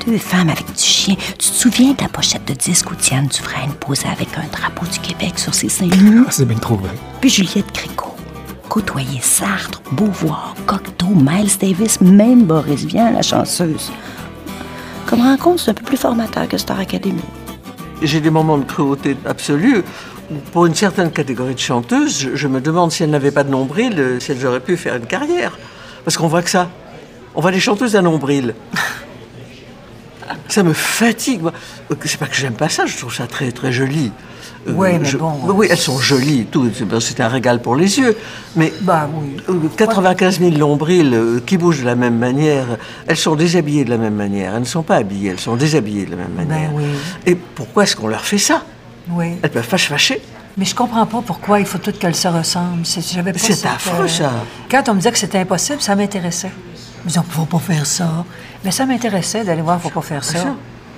Deux femmes avec du chien. Tu te souviens de la pochette de disque où Diane Dufresne posait avec un drapeau du Québec sur ses seins nus? Ah, c'est bien trouvé. Puis Juliette Gréco. Côtoyer Sartre, Beauvoir, Cocteau, Miles Davis, même Boris Vian, la chanceuse. Comme rencontre, c'est un peu plus formateur que Star Academy. J'ai des moments de cruauté absolue. où, Pour une certaine catégorie de chanteuses, je, je me demande si elles n'avaient pas de nombril, euh, si elles auraient pu faire une carrière. Parce qu'on voit que ça. On voit les chanteuses à nombril. ça me fatigue. moi. Euh, C'est pas que j'aime pas ça, je trouve ça très très joli. Euh, Ouais, mais je- bon, Oui, oui, elles sont jolies, et tout. C'est- ben, C'est un régal pour les yeux. Mais Bah oui. euh, 95 000 lombrils euh, qui bougent de la même manière, elles sont déshabillées de la même manière. Elles ne sont pas habillées, elles sont déshabillées de la même manière. Eh ben oui. Et pourquoi est-ce qu'on leur fait ça Oui. Elles peuvent pas se fâcher. Mais je comprends pas pourquoi il faut toutes qu'elles se ressemblent. C'est, j'avais pas C'est cette, affreux, ça. Quand on me disait que c'était impossible, ça m'intéressait. Ils me disaient, faut pas faire ça. Mais ça m'intéressait d'aller voir, faut pas faire Ah, ça.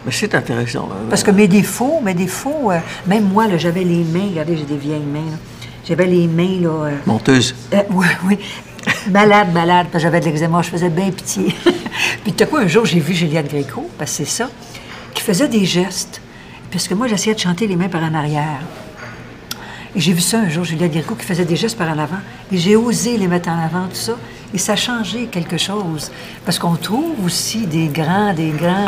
Mais c'est intéressant. euh, Parce que mes défauts, mes défauts, euh, même moi, là, j'avais les mains, regardez, j'ai des vieilles mains. là. J'avais les mains, là. euh, Menteuse. Euh, oui, oui. Malade, malade, parce que j'avais de l'eczéma, je faisais bien pitié. puis tout à coup, un jour, j'ai vu Juliette Gréco, parce que c'est ça, qui faisait des gestes, parce que moi, j'essayais de chanter les mains par en arrière. Et j'ai vu ça un jour, Juliette Gréco, qui faisait des gestes par en avant, et j'ai osé les mettre en avant, tout ça, et ça a changé quelque chose, parce qu'on trouve aussi des grands, des grands,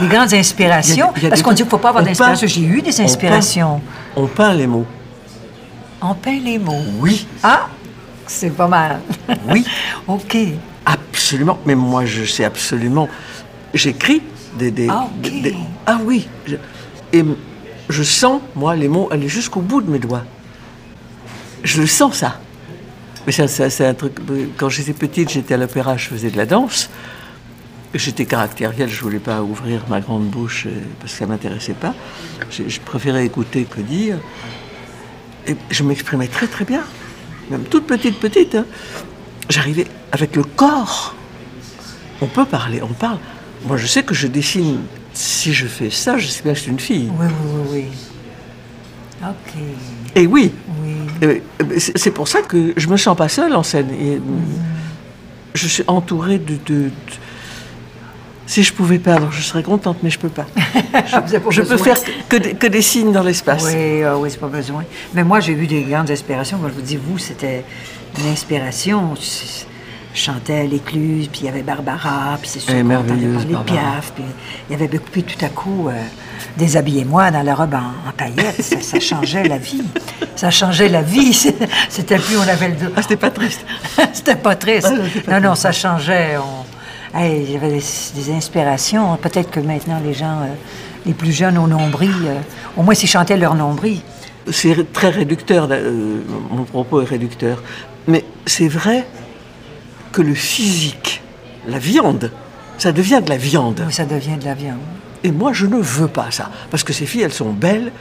des grandes inspirations, Ah. Il y a- il y a parce des qu'on trucs- dit qu'il ne faut pas avoir on d'inspiration. peint- J'ai eu des on inspirations. On peint les mots. On peint les mots. Oui, Ah, c'est pas mal. oui, OK. absolument. Mais moi, je sais absolument. J'écris des, des, Ah, ok. des- des- Ah oui. je- et m- je sens, moi, les mots aller jusqu'au bout de mes doigts. Je le sens, ça. Mais ça, ça, c'est un truc. euh, Quand j'étais petite, j'étais à l'opéra, je faisais de la danse. J'étais caractérielle, je voulais pas ouvrir ma grande bouche euh, parce que ça m'intéressait pas. Je, je préférais écouter que dire. Et je m'exprimais très très bien, même toute petite petite. hein. J'arrivais avec le corps. On peut parler, on parle. Moi, je sais que je dessine. Si je fais ça, je sais bien que c'est une fille. Oui, oui, oui, oui. OK. Et Eh oui, Oui. euh, euh, c'est c'est pour ça que je me sens pas seule en scène. Et, euh, Je suis entourée de, de- de- Si je pouvais peindre, je serais contente, mais je peux pas. Ah, Je peux faire que, des- que des signes dans l'espace. Oui, ah oui, c'est pas besoin. Mais moi, j'ai eu des grandes inspirations. Quand je vous dis vous, c'était une inspiration. C'est- Je chantais à l'écluse, puis il y avait Barbara, puis c'est sûr Elle est qu'on entendait Eh, merveilleuse, parler de Barbara. Piaf, puis il y avait découpé tout à coup euh, Déshabillez-moi dans la robe en, en paillettes. ça, ça changeait la vie. Ça changeait la vie. C'est- C'était plus, on avait le dos. Ah, c'était pas triste. Ah, C'était pas triste. Non, non, ça changeait. On... Hey, il y avait des, des inspirations. Peut-être que maintenant, les gens, euh, les plus jeunes au nombril, euh, au moins s'ils chantaient leur nombril. C'est ré- très réducteur, là, euh, mon propos est réducteur. Mais c'est vrai que le physique, la viande, ça devient de la viande. Oui, ça devient de la viande. Et moi, je ne veux pas ça. Parce que ces filles, elles sont belles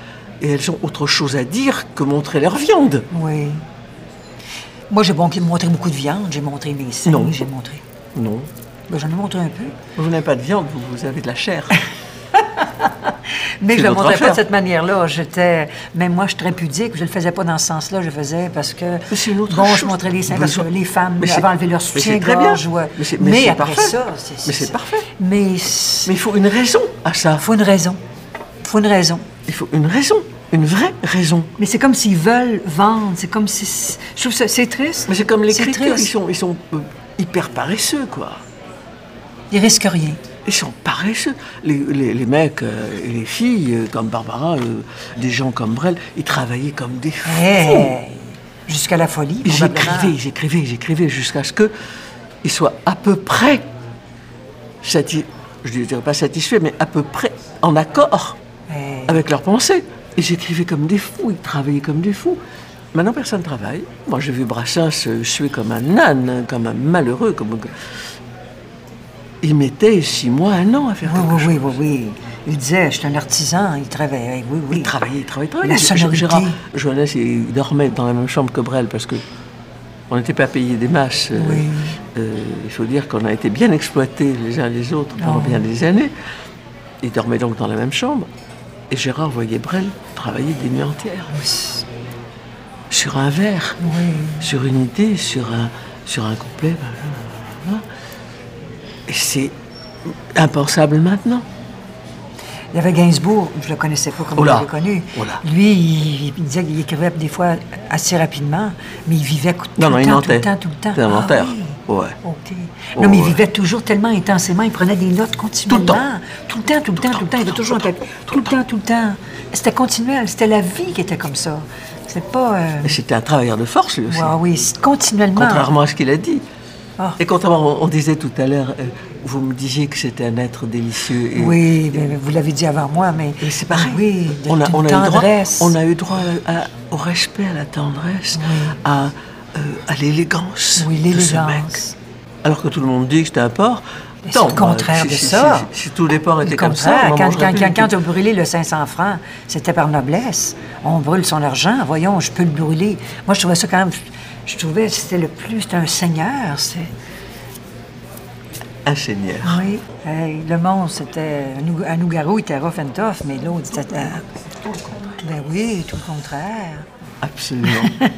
et elles ont autre chose à dire que montrer leur viande. Oui. Moi, j'ai bon- montré beaucoup de viande. J'ai montré mes seins. Non. J'ai montré. Non. Ben, J'en ai montré un peu. Vous n'avez pas de viande, vous, vous avez de la chair. Mais C'est je ne le votre montrais pas affaire. de cette manière-là. J'étais, même moi, je suis très pudique. Je ne le faisais pas dans ce sens-là. Je le faisais parce que Mais c'est une autre bon, je chose. montrais les seins Vous parce que le- les femmes Mais c'est- avaient enlevé leur mais c'est soutien très bien. gorge. Mais c'est- mais c'est après parfait. ça, Mais c'est parfait. Mais c'est- Mais il faut une raison à ça. faut une raison. Faut une raison. Il faut une raison. Une vraie raison. Mais c'est comme s'ils veulent vendre. C'est comme si je trouve ça c'est triste. Mais c'est comme les triste. critères, ils sont, ils sont euh, hyper paresseux, quoi. Ils risquent rien. Ils sont paresseux. Les, les- les mecs euh, et les filles, euh, comme Barbara, euh, des gens comme Brel, ils travaillaient comme des fous. Hey, Jusqu'à la folie. Ils probablement. écrivaient, ils écrivaient, ils écrivaient jusqu'à ce qu'ils soient à peu près, sati- je ne dirais pas satisfaits, mais à peu près en accord Hey. avec leurs pensées. Ils écrivaient comme des fous, ils travaillaient comme des fous. Maintenant, personne ne travaille. Moi, j'ai vu Brassens euh, suer comme un âne, hein, comme un malheureux. Comme... Il mettait six mois, un an à faire Oui, quelque oui, chose. oui, oui, oui. Il disait, je suis un artisan, il travaillait, oui, oui. Il travaillait, il travaillait, il travaillait. La G- G- sonorité. Gérard Joannès, il dormait dans la même chambre que Brel parce que on n'était pas payé des masses. Euh, Oui. euh, il faut dire qu'on a été bien exploités les uns les autres pendant bien des années. Il dormait donc dans la même chambre. Et Gérard voyait Brel travailler des nuits entières. Sur un verre, sur une idée, sur un, sur un couplet. bah, blablabla. bah. Et c'est impensable maintenant. Il y avait Gainsbourg, je le connaissais pas comme Oh vous là. l'avez connu. Oh là. Lui, il, il disait qu'il écrivait des fois assez rapidement, mais il vivait tout Non, non, le il temps, tout mentait. le temps, tout le temps. C'était un Ah menteur. oui. Ouais. OK. Oh, non, mais il ouais. vivait toujours tellement intensément, il prenait des notes continuellement. Tout le temps. Tout le temps, tout le temps, tout le temps. Il avait toujours un papier. Tout le temps, tout le temps. C'était continuel, c'était la vie qui était comme ça. C'était pas... euh, Et c'était un travailleur de force, lui aussi. ouais, oui, c'est continuellement. Contrairement à ce qu'il a dit. Ah. Et contrairement, on disait tout à l'heure, euh, vous me disiez que c'était un être délicieux. Et, Oui, mais vous l'avez dit avant moi, mais. ah et c'est pareil. Oui, de- on a, d'une on a eu droit, tendresse. on a eu droit à- à- au respect, à la tendresse, à, euh, à l'élégance Oui, de ce l'élégance. mec. Alors que tout le monde dit que c'était un porc. Mais Tant, c'est le contraire si- de si- ça. Si, si tous les porcs étaient C'est comme, comme ça. on en Quand, mangerait quand, plus quand, du quand tout. on brûlait le 500 francs, c'était par noblesse. On brûle son argent. Voyons, je peux le brûler. Moi, je trouvais ça quand même. Je trouvais que c'était le plus. C'était un seigneur. c'est- Un seigneur. Oui. Hey, le monde, c'était. À Nougaro, il était rough and tough, mais l'autre, c'était. Ben oui, tout le contraire. Absolument.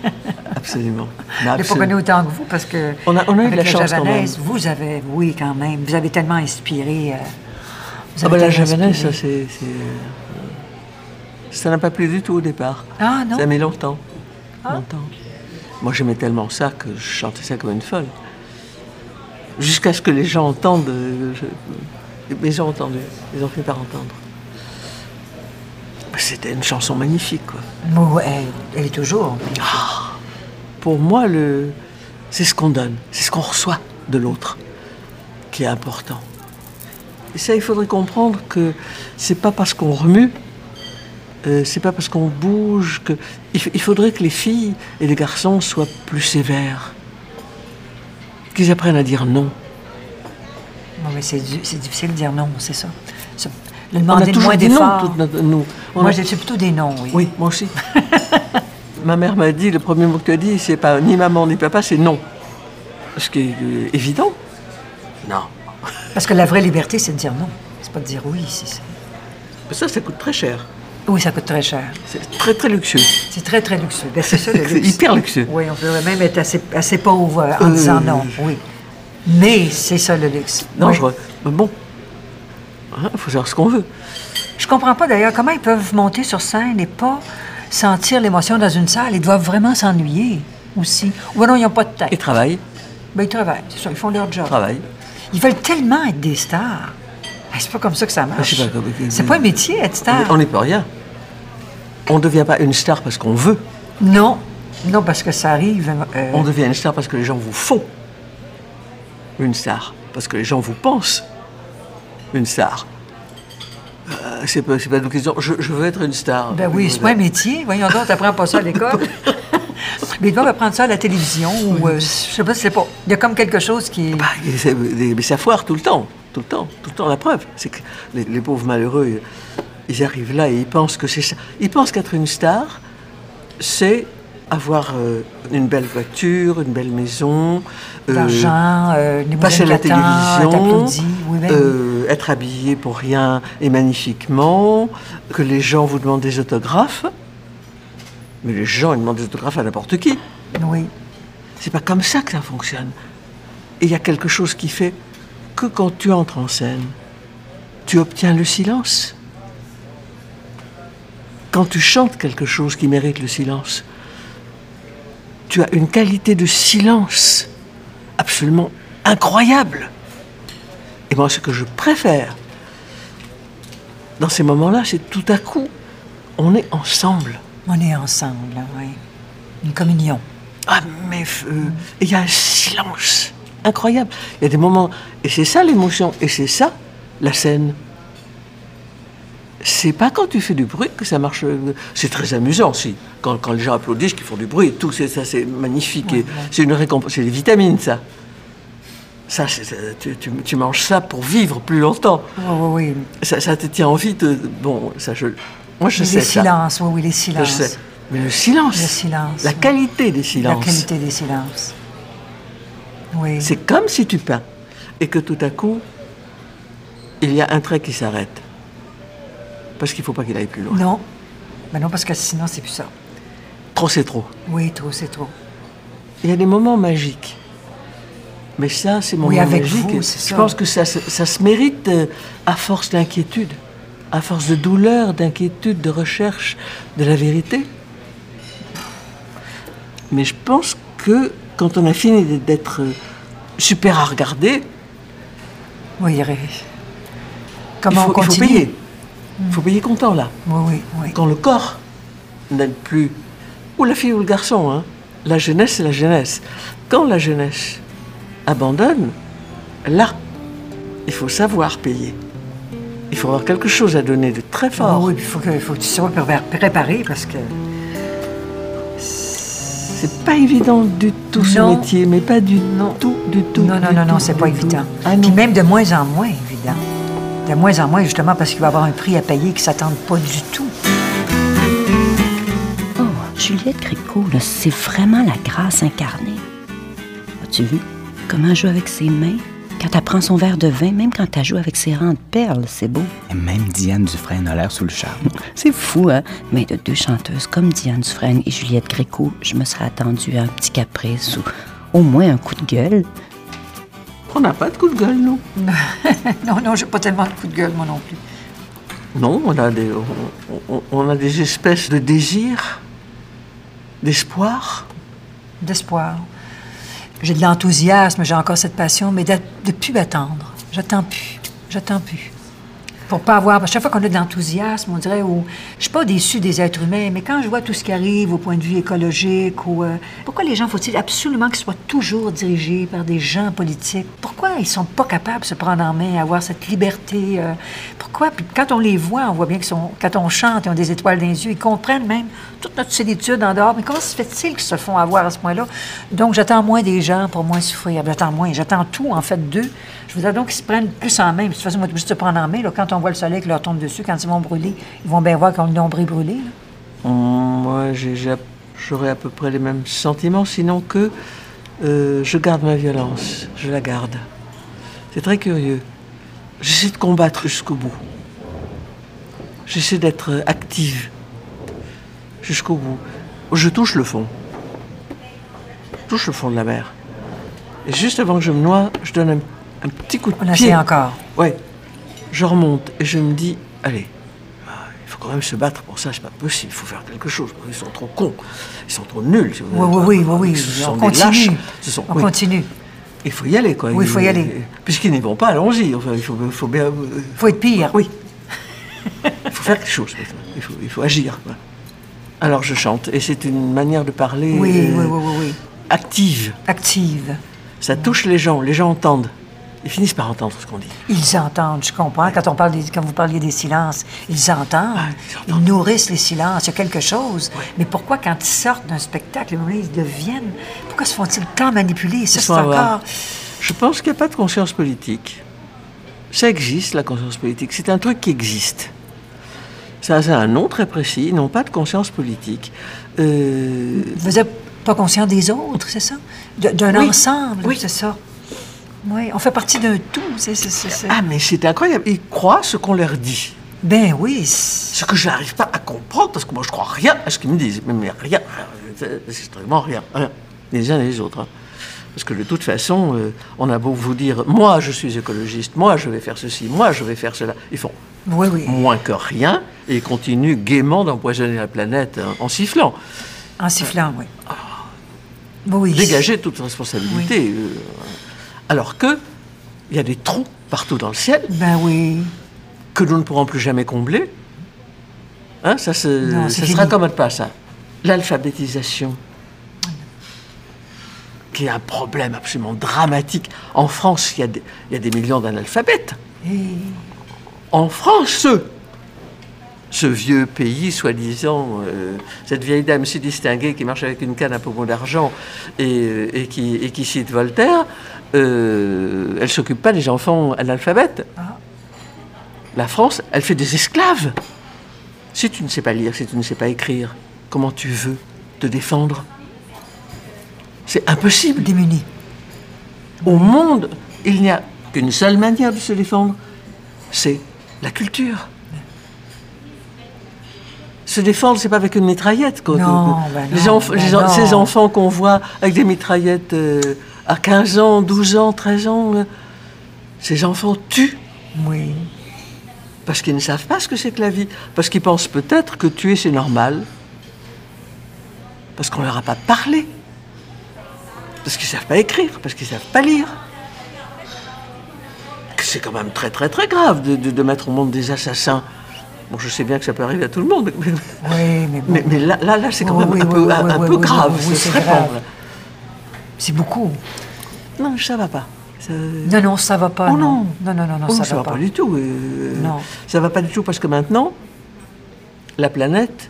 absolument. Mais Je l'ai pas absolument. connu autant que vous parce que. On a- on a eu de avec la chance quand javanaise, même. Vous avez, oui, quand même. Vous avez tellement inspiré. euh, vous Ah ben la avez tellement javanaise, ça inspiré. c'est... c'est, euh, Ça n'a pas plu du tout au départ. Ah, non? Ah. Ça a mis longtemps. Longtemps. Moi j'aimais tellement ça que je chantais ça comme une folle. Jusqu'à ce que les gens entendent... euh, je- Mais Ils ont entendu. Ils ont fait par entendre. C'était une chanson magnifique, quoi. Mou- elle, elle est toujours. Pour moi, le... c'est ce qu'on donne, c'est ce qu'on reçoit de l'autre qui est important. Et ça, il faudrait comprendre que c'est pas parce qu'on remue, euh, c'est pas parce qu'on bouge que. Il, f- il faudrait que les filles et les garçons soient plus sévères, qu'ils apprennent à dire non. Non, mais c'est du- c'est difficile de dire non, c'est ça. Se- Le On a demander le toujours moins dit non, d'efforts. toute notre- nous. On Moi, a- je- c'est plutôt des noms, oui. Oui, moi aussi. Ma mère m'a dit, le premier mot que tu as dit, c'est pas ni maman ni papa, c'est non. Ce qui est euh, évident. Non. Parce que la vraie liberté, c'est de dire non. C'est pas de dire oui, c'est ça. Mais ça, ça coûte très cher. Oui, ça coûte très cher. C'est très très luxueux. C'est très, très luxueux. Ben, c'est ça, le C'est luxe. hyper luxueux. Oui, on pourrait même être assez, assez pauvre euh, en disant Euh. non, oui. Mais c'est ça, le luxe. Dangereux. Mais bon, il faut savoir ce qu'on veut. Oui. Je comprends pas, d'ailleurs, comment ils peuvent monter sur scène et pas sentir l'émotion dans une salle. Ils doivent vraiment s'ennuyer aussi. Ou alors, ils n'ont pas de tête. Et travail, Ben, ils travaillent, c'est ça, ils font leur job. travail. Ils veulent tellement être des stars. Ben, c'est pas comme ça que ça marche. Je sais pas comment- C'est pas un métier, être star. On n'est pas rien. On ne devient pas une star parce qu'on veut. Non, non, parce que ça arrive. euh, On devient une star parce que les gens vous font. Une star. Parce que les gens vous pensent. Une star. Euh, c'est pas, c'est pas nous qui disons, je, je veux être une star. Ben oui, c'est pas un métier. Voyons donc, t'apprends pas ça à l'école. Mais ils doivent apprendre ça à la télévision ou euh, je sais pas, c'est pas. Il y a comme quelque chose qui. est- Bah, c'est- mais mais ça foire tout le temps, tout le temps, tout le temps. La preuve, c'est que les, les pauvres malheureux, ils arrivent là et ils pensent que c'est ça. Ils pensent qu'être une star, c'est avoir euh, une belle voiture, une belle maison, euh, L'argent, euh, les passer à la moulins à télévision, Catan, t'applaudis, oui, ben euh, être habillé pour rien et magnifiquement, que les gens vous demandent des autographes. Mais les gens, ils demandent des autographes à n'importe qui. oui. C'est pas comme ça que ça fonctionne. Et il y a quelque chose qui fait que quand tu entres en scène, tu obtiens le silence. Quand tu chantes quelque chose qui mérite le silence, tu as une qualité de silence absolument incroyable. Et moi, ce que je préfère dans ces moments-là, c'est tout à coup, on est ensemble. On est ensemble, hein, oui. Une communion. Ah, mais euh, il y a un silence incroyable. Il y a des moments. Et c'est ça l'émotion. Et c'est ça la scène. C'est pas quand tu fais du bruit que ça marche. euh, C'est très amusant, si. Quand, quand les gens applaudissent, qu'ils font du bruit et tout, c'est, ça c'est magnifique. et C'est une récompense. C'est des vitamines, ça. Ça, c'est- c'est- tu, tu- tu manges ça pour vivre plus longtemps. Oui, oui, oui. Ça, ça te tient envie de. Bon, ça, je. Moi, je Mais sais les ça. silences, oui, oui, les Je silences. sais. Mais le silence. Le silence, La oui. qualité des La silences. qualité des silences. Oui. C'est comme si tu peins et que tout à coup, il y a un trait qui s'arrête. Parce qu'il ne faut pas qu'il aille plus loin. Non. Ben non, parce que sinon, c'est plus ça. Trop, c'est trop. Oui, trop, c'est trop. Il y a des moments magiques. Mais ça, c'est mon Oui, moment avec magique. vous, Et c'est Je ça. pense que ça, se- ça se mérite euh, à force d'inquiétude, à force de douleur, d'inquiétude, de recherche de la vérité. Mais je pense que quand on a fini d'être- d'être euh, super à regarder, Bah, Oui, il y aurait- il Comment faut, on il faut continue? Mm. payer. Il faut payer content là. Oui, oui, oui. quand le corps n'aide plus, ou la fille ou le garçon, hein, la jeunesse, c'est la jeunesse. Quand la jeunesse abandonne, là, il faut savoir payer. Il faut avoir quelque chose à donner de très fort. Oui, il faut que, faut que tu sois pré- préparé parce que. C'est pas évident du tout ce Non. métier, mais pas du tout, du tout. Non, non, du non, non, tout, c'est du pas tout. évident. Ah non. Puis même de moins en moins évident. De moins en moins, justement, parce qu'il va y avoir un prix à payer qui ne s'attendent pas du tout. Oh, Juliette Gréco, là, c'est vraiment la grâce incarnée. As-tu vu comment elle joue avec ses mains? Quand elle prend son verre de vin, même quand elle joue avec ses rangs de perles, c'est beau. Et même Diane Dufresne a l'air sous le charme. C'est fou, hein? Mais de deux chanteuses comme Diane Dufresne et Juliette Gréco, je me serais attendue à un petit caprice ou au moins un coup de gueule. On n'a pas de coup de gueule, nous. Non, non, j'ai pas tellement de coups de gueule, moi non plus. Non, on a des, on- on- on a des espèces de désirs, d'espoir. D'espoir. J'ai de l'enthousiasme, j'ai encore cette passion, mais de ne plus attendre. J'attends plus. J'attends plus. Pour pas avoir. À chaque fois qu'on a de l'enthousiasme, on dirait. Ou, je suis pas déçue des êtres humains, mais quand je vois tout ce qui arrive au point de vue écologique, ou. euh, pourquoi les gens faut-il absolument qu'ils soient toujours dirigés par des gens politiques? Pourquoi ils sont pas capables de se prendre en main, avoir cette liberté? euh, pourquoi? Puis quand on les voit, on voit bien qu'ils sont. Quand on chante, ils ont des étoiles dans les yeux. Ils comprennent même toute notre solitude en dehors. Mais comment se fait-il qu'ils se font avoir à ce point-là? Donc, j'attends moins des gens pour moins souffrir. J'attends moins. J'attends tout, en fait, d'eux. Je voudrais donc qu'ils se prennent plus en main. Puis, De toute façon, on va être obligé de se prendre en main. là. quand on voit le soleil qui leur tombe dessus, quand ils vont brûler, ils vont bien voir qu'ils ont le nombril brûlé. là. Hum, Moi, j'ai- j'ai à- j'aurais à peu près les mêmes sentiments, sinon que euh, je garde ma violence, je la garde. C'est très curieux. J'essaie de combattre jusqu'au bout. J'essaie d'être euh, active jusqu'au bout. Je touche le fond. Je touche le fond de la mer. Et juste avant que je me noie, je donne un, un petit coup de On pied. essaie encore. Ouais, je remonte et je me dis, allez, ah, il faut quand même se battre pour ça, c'est pas possible, il faut faire quelque chose. Ils sont trop cons, ils sont trop nuls. si vous Oui, voulez. oui, oui, oui, oui. Ce sont On des lâches. continue. Ce sont- On oui. continue. Il faut y aller, quoi. Oui, il faut y aller. Puisqu'ils n'y vont pas, allons-y. Enfin, il faut, faut bien. Il faut être pire. Oui. Il faut faire quelque chose. maintenant. Il faut, il faut agir. quoi. Alors je chante et c'est une manière de parler Oui, oui, euh, oui, oui, oui. active. Active. Ça touche les gens, les gens entendent. Ils finissent par entendre ce qu'on dit. Ils entendent, je comprends. Quand, on parle des- quand vous parliez des silences, ils entendent. Ah, ils, ils entendent. nourrissent les silences. Il y a quelque chose. Mais pourquoi, quand ils sortent d'un spectacle, à un moment donné, ils deviennent. Pourquoi se font-ils tant manipuler? Ça, Ils c'est sont avares. encore. Je pense qu'il n'y a pas de conscience politique. Ça existe, la conscience politique. C'est un truc qui existe. Ça, ça a un nom très précis. Ils n'ont pas de conscience politique. Euh, Vous n'êtes pas conscient des autres, c'est ça? De- D'un Oui. ensemble, Oui. c'est ça. Oui, on fait partie d'un tout. c'est- c'est- c'est- c'est- ah, mais c'est incroyable. Ils croient ce qu'on leur dit. Ben oui. c'est- Ce que je n'arrive pas à comprendre, parce que moi, je crois rien à ce qu'ils me disent. Mais, mais rien. euh, C'est vraiment rien. rien. Les uns et les autres. hein. Parce que de toute façon, euh, on a beau vous dire, moi, je suis écologiste, moi, je vais faire ceci, moi, je vais faire cela. Ils font, Oui, oui. moins que rien et continue gaiement d'empoisonner la planète hein, en sifflant. En sifflant, oui. Ah. Oui. Dégager toute responsabilité. euh, alors que il y a des trous partout dans le ciel Ben oui. que nous ne pourrons plus jamais combler. Hein, ça se- Non, c'est ça sera fini. comme mot de passe. ça. L'alphabétisation, qui est un problème absolument dramatique. En France, il y a des, il y a des millions d'analphabètes. En France, ce vieux pays, soi-disant, euh, cette vieille dame si distinguée qui marche avec une canne à pommeau d'argent et, euh, et qui, et qui cite Voltaire, euh, elle s'occupe pas des enfants analphabètes. La France, elle fait des esclaves. Si tu ne sais pas lire, si tu ne sais pas écrire, comment tu veux te défendre C'est impossible. Démunis. Au monde, il n'y a qu'une seule manière de se défendre, c'est la culture. Se défendre, c'est pas avec une mitraillette. Quoi. Non, ben les non, enf- ben les en- non. Ces enfants qu'on voit avec des mitraillettes euh, à 15 ans, 12 ans, 13 ans, euh, ces enfants tuent Oui. parce qu'ils ne savent pas ce que c'est que la vie, parce qu'ils pensent peut-être que tuer c'est normal, parce qu'on leur a pas parlé, parce qu'ils savent pas écrire, parce qu'ils savent pas lire. Que C'est quand même très très très grave de, de- de mettre au monde des assassins. Bon, je sais bien que ça peut arriver à tout le monde, mais, Oui, mais bon. mais- mais là, là, là, c'est quand Oui, même oui, un oui, peu, oui, un- oui, un oui, peu oui, grave. oui, oui, se c'est répandre. grave. C'est beaucoup. Non, ça va pas. Ça- Non, non, ça va pas. Oh non. non. non, non, non, non, Oh, ça, ça va, pas. du tout. euh, Non. Ça va pas du tout parce que maintenant, la planète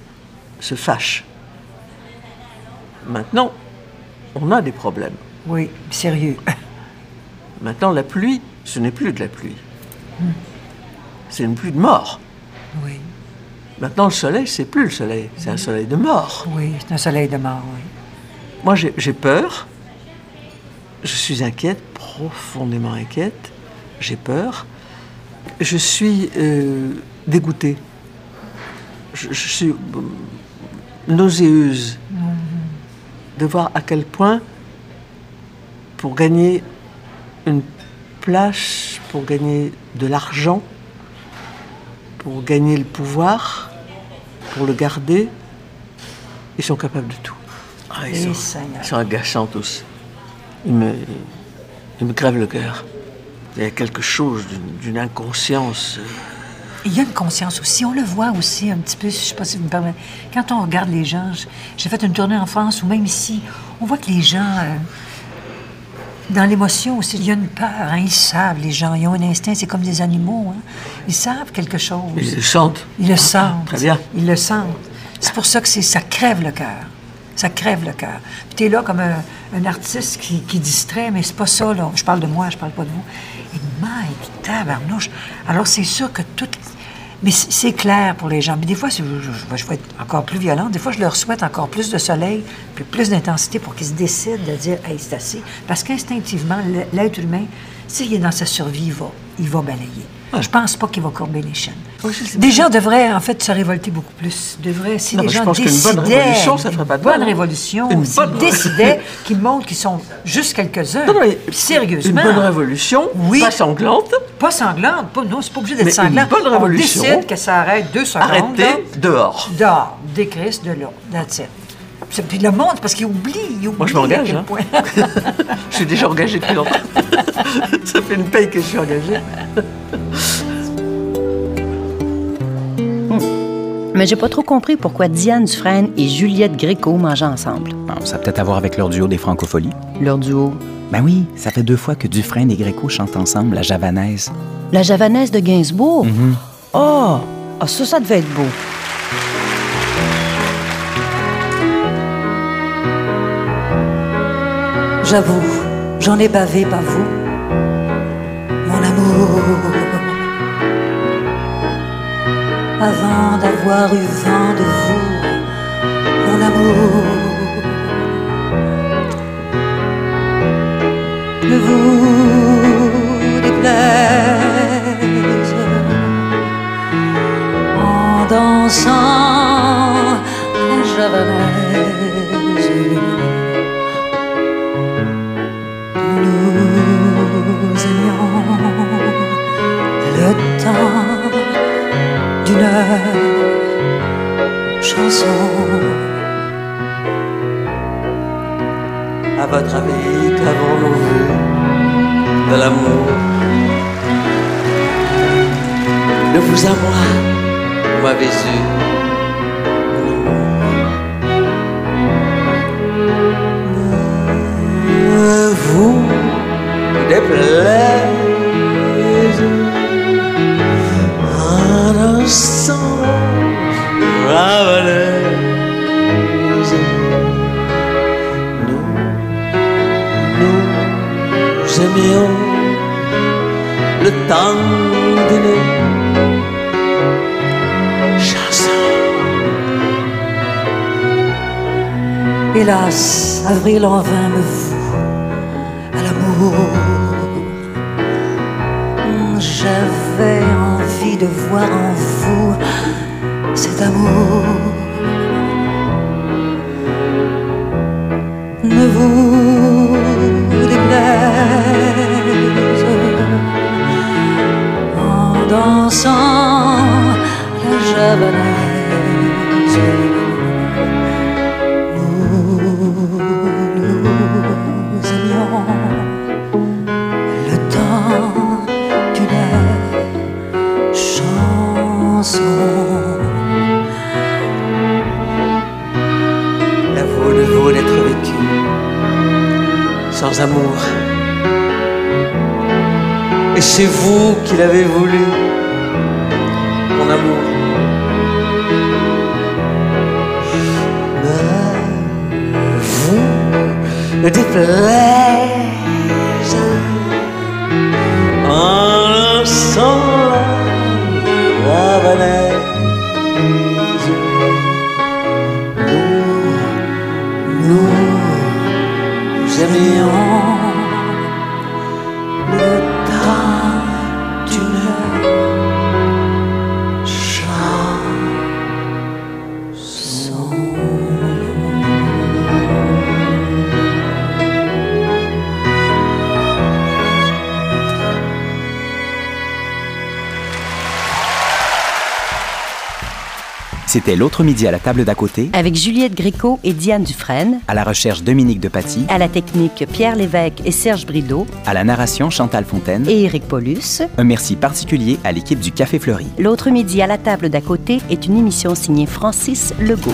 se fâche. Maintenant, on a des problèmes. Oui, sérieux. Maintenant, la pluie, ce n'est plus de la pluie. C'est une pluie de mort. Oui, Maintenant, le soleil, c'est plus le soleil. C'est un soleil de mort. oui, c'est un soleil de mort, oui. Moi, j'ai j'ai peur. Je suis inquiète, profondément inquiète. J'ai peur. Je suis euh, dégoûtée. Je, je suis euh, nauséeuse de voir à quel point, pour gagner une place, pour gagner de l'argent, pour gagner le pouvoir, pour le garder, ils sont capables de tout. Ah, Eh, ils, sont, Seigneur. ils sont agaçants tous. Ils me, ils me crèvent le cœur. Il y a quelque chose d'une- d'une inconscience euh, Il y a une conscience aussi. On le voit aussi un petit peu, je sais pas si vous me permettez. Quand on regarde les gens, j- j'ai fait une tournée en France ou même ici, on voit que les gens, euh, dans l'émotion aussi, il y a une peur. hein. Ils savent, les gens, ils ont un instinct, c'est comme des animaux. hein. Ils savent quelque chose. Ils chantent. Ils le sentent. Ah, Très bien. Ils le sentent. C'est pour ça que c'est, ça crève le cœur. Ça crève le cœur. Puis t'es là comme un, un artiste qui, qui distrait, mais c'est pas ça, là. Je parle de moi, je parle pas de vous. Et Mike, tabarnouche. Alors, c'est sûr que tout... Mais c'est, c'est clair pour les gens. Mais des fois, c'est- je, je- je vais être encore plus violente. Des fois, je leur souhaite encore plus de soleil, puis plus d'intensité pour qu'ils se décident de dire « Hey, c'est assez ». Parce qu'instinctivement, le- l'être humain, s'il est dans sa survie, il va, il va balayer. Je pense pas qu'il va courber les chaînes. Oui, je sais Des gens devraient, en fait, se révolter beaucoup plus. Devraient, si Non, les mais je gens pense qu'une bonne décidaient- révolution, ça ferait pas de une bonne mal, hein. révolution, Une s'ils bonne- décidaient qu'ils montrent qu'ils sont juste quelques-uns, Non, non, mais sérieusement, Une bonne révolution, Oui. pas sanglante. pas sanglante, pas, non, c'est pas obligé Mais d'être une sanglant. bonne révolution. On décide que ça arrête deux secondes. Arrêtez dehors. là, Dehors, des crises de l'eau, that's it. C'est- Puis le monde, parce qu'il oublie, il oublie Moi, je m'engage, à quel hein. point- Je suis déjà engagée depuis longtemps. Ça fait une paye que je suis engagée. Mais j'ai pas trop compris pourquoi Diane Dufresne et Juliette Gréco mangeaient ensemble. Bon, ça a peut-être à voir avec leur duo des francopholies. Leur duo. Ben oui, ça fait deux fois que Dufresne et Gréco chantent ensemble la javanaise. La javanaise de Gainsbourg. Oh! Ah, ça, ça devait être beau. J'avoue, j'en ai bavé, pas vous, mon amour. Avant d'avoir eu vent de vous, mon amour. Ne vous déplaise en dansant la javanaise. nous aimions le temps d'une chanson. À votre avis, qu'avons-nous vu de l'amour De vous à moi, vous m'avez eu. Ne vous déplaise un instant ravaleuse. Nous nous aimions le temps d'une chanson. Hélas, avril en vain me voue à l'amour. Hum, J'avais envie de voir en vous cet amour. Ne vous déplaise en dansant la javanaise. nous aimions le temps d'une chanson. La vaut le vaut d'être vécu sans amour. Et c'est vous qui l'avez voulu, mon amour. Ne vous ne déplaise en lançant la Havanaise. Nous nous aimions le temps d'une C'était l'autre midi à la table d'à côté, Avec Juliette Gréco et Diane Dufresne, à la recherche Dominique de Paty, à la technique Pierre Lévesque et Serge Brideau, à la narration Chantal Fontaine. et Éric Paulus. Un merci particulier à l'équipe du Café Fleuri. L'autre midi à la table d'à côté est une émission signée Francis Legault.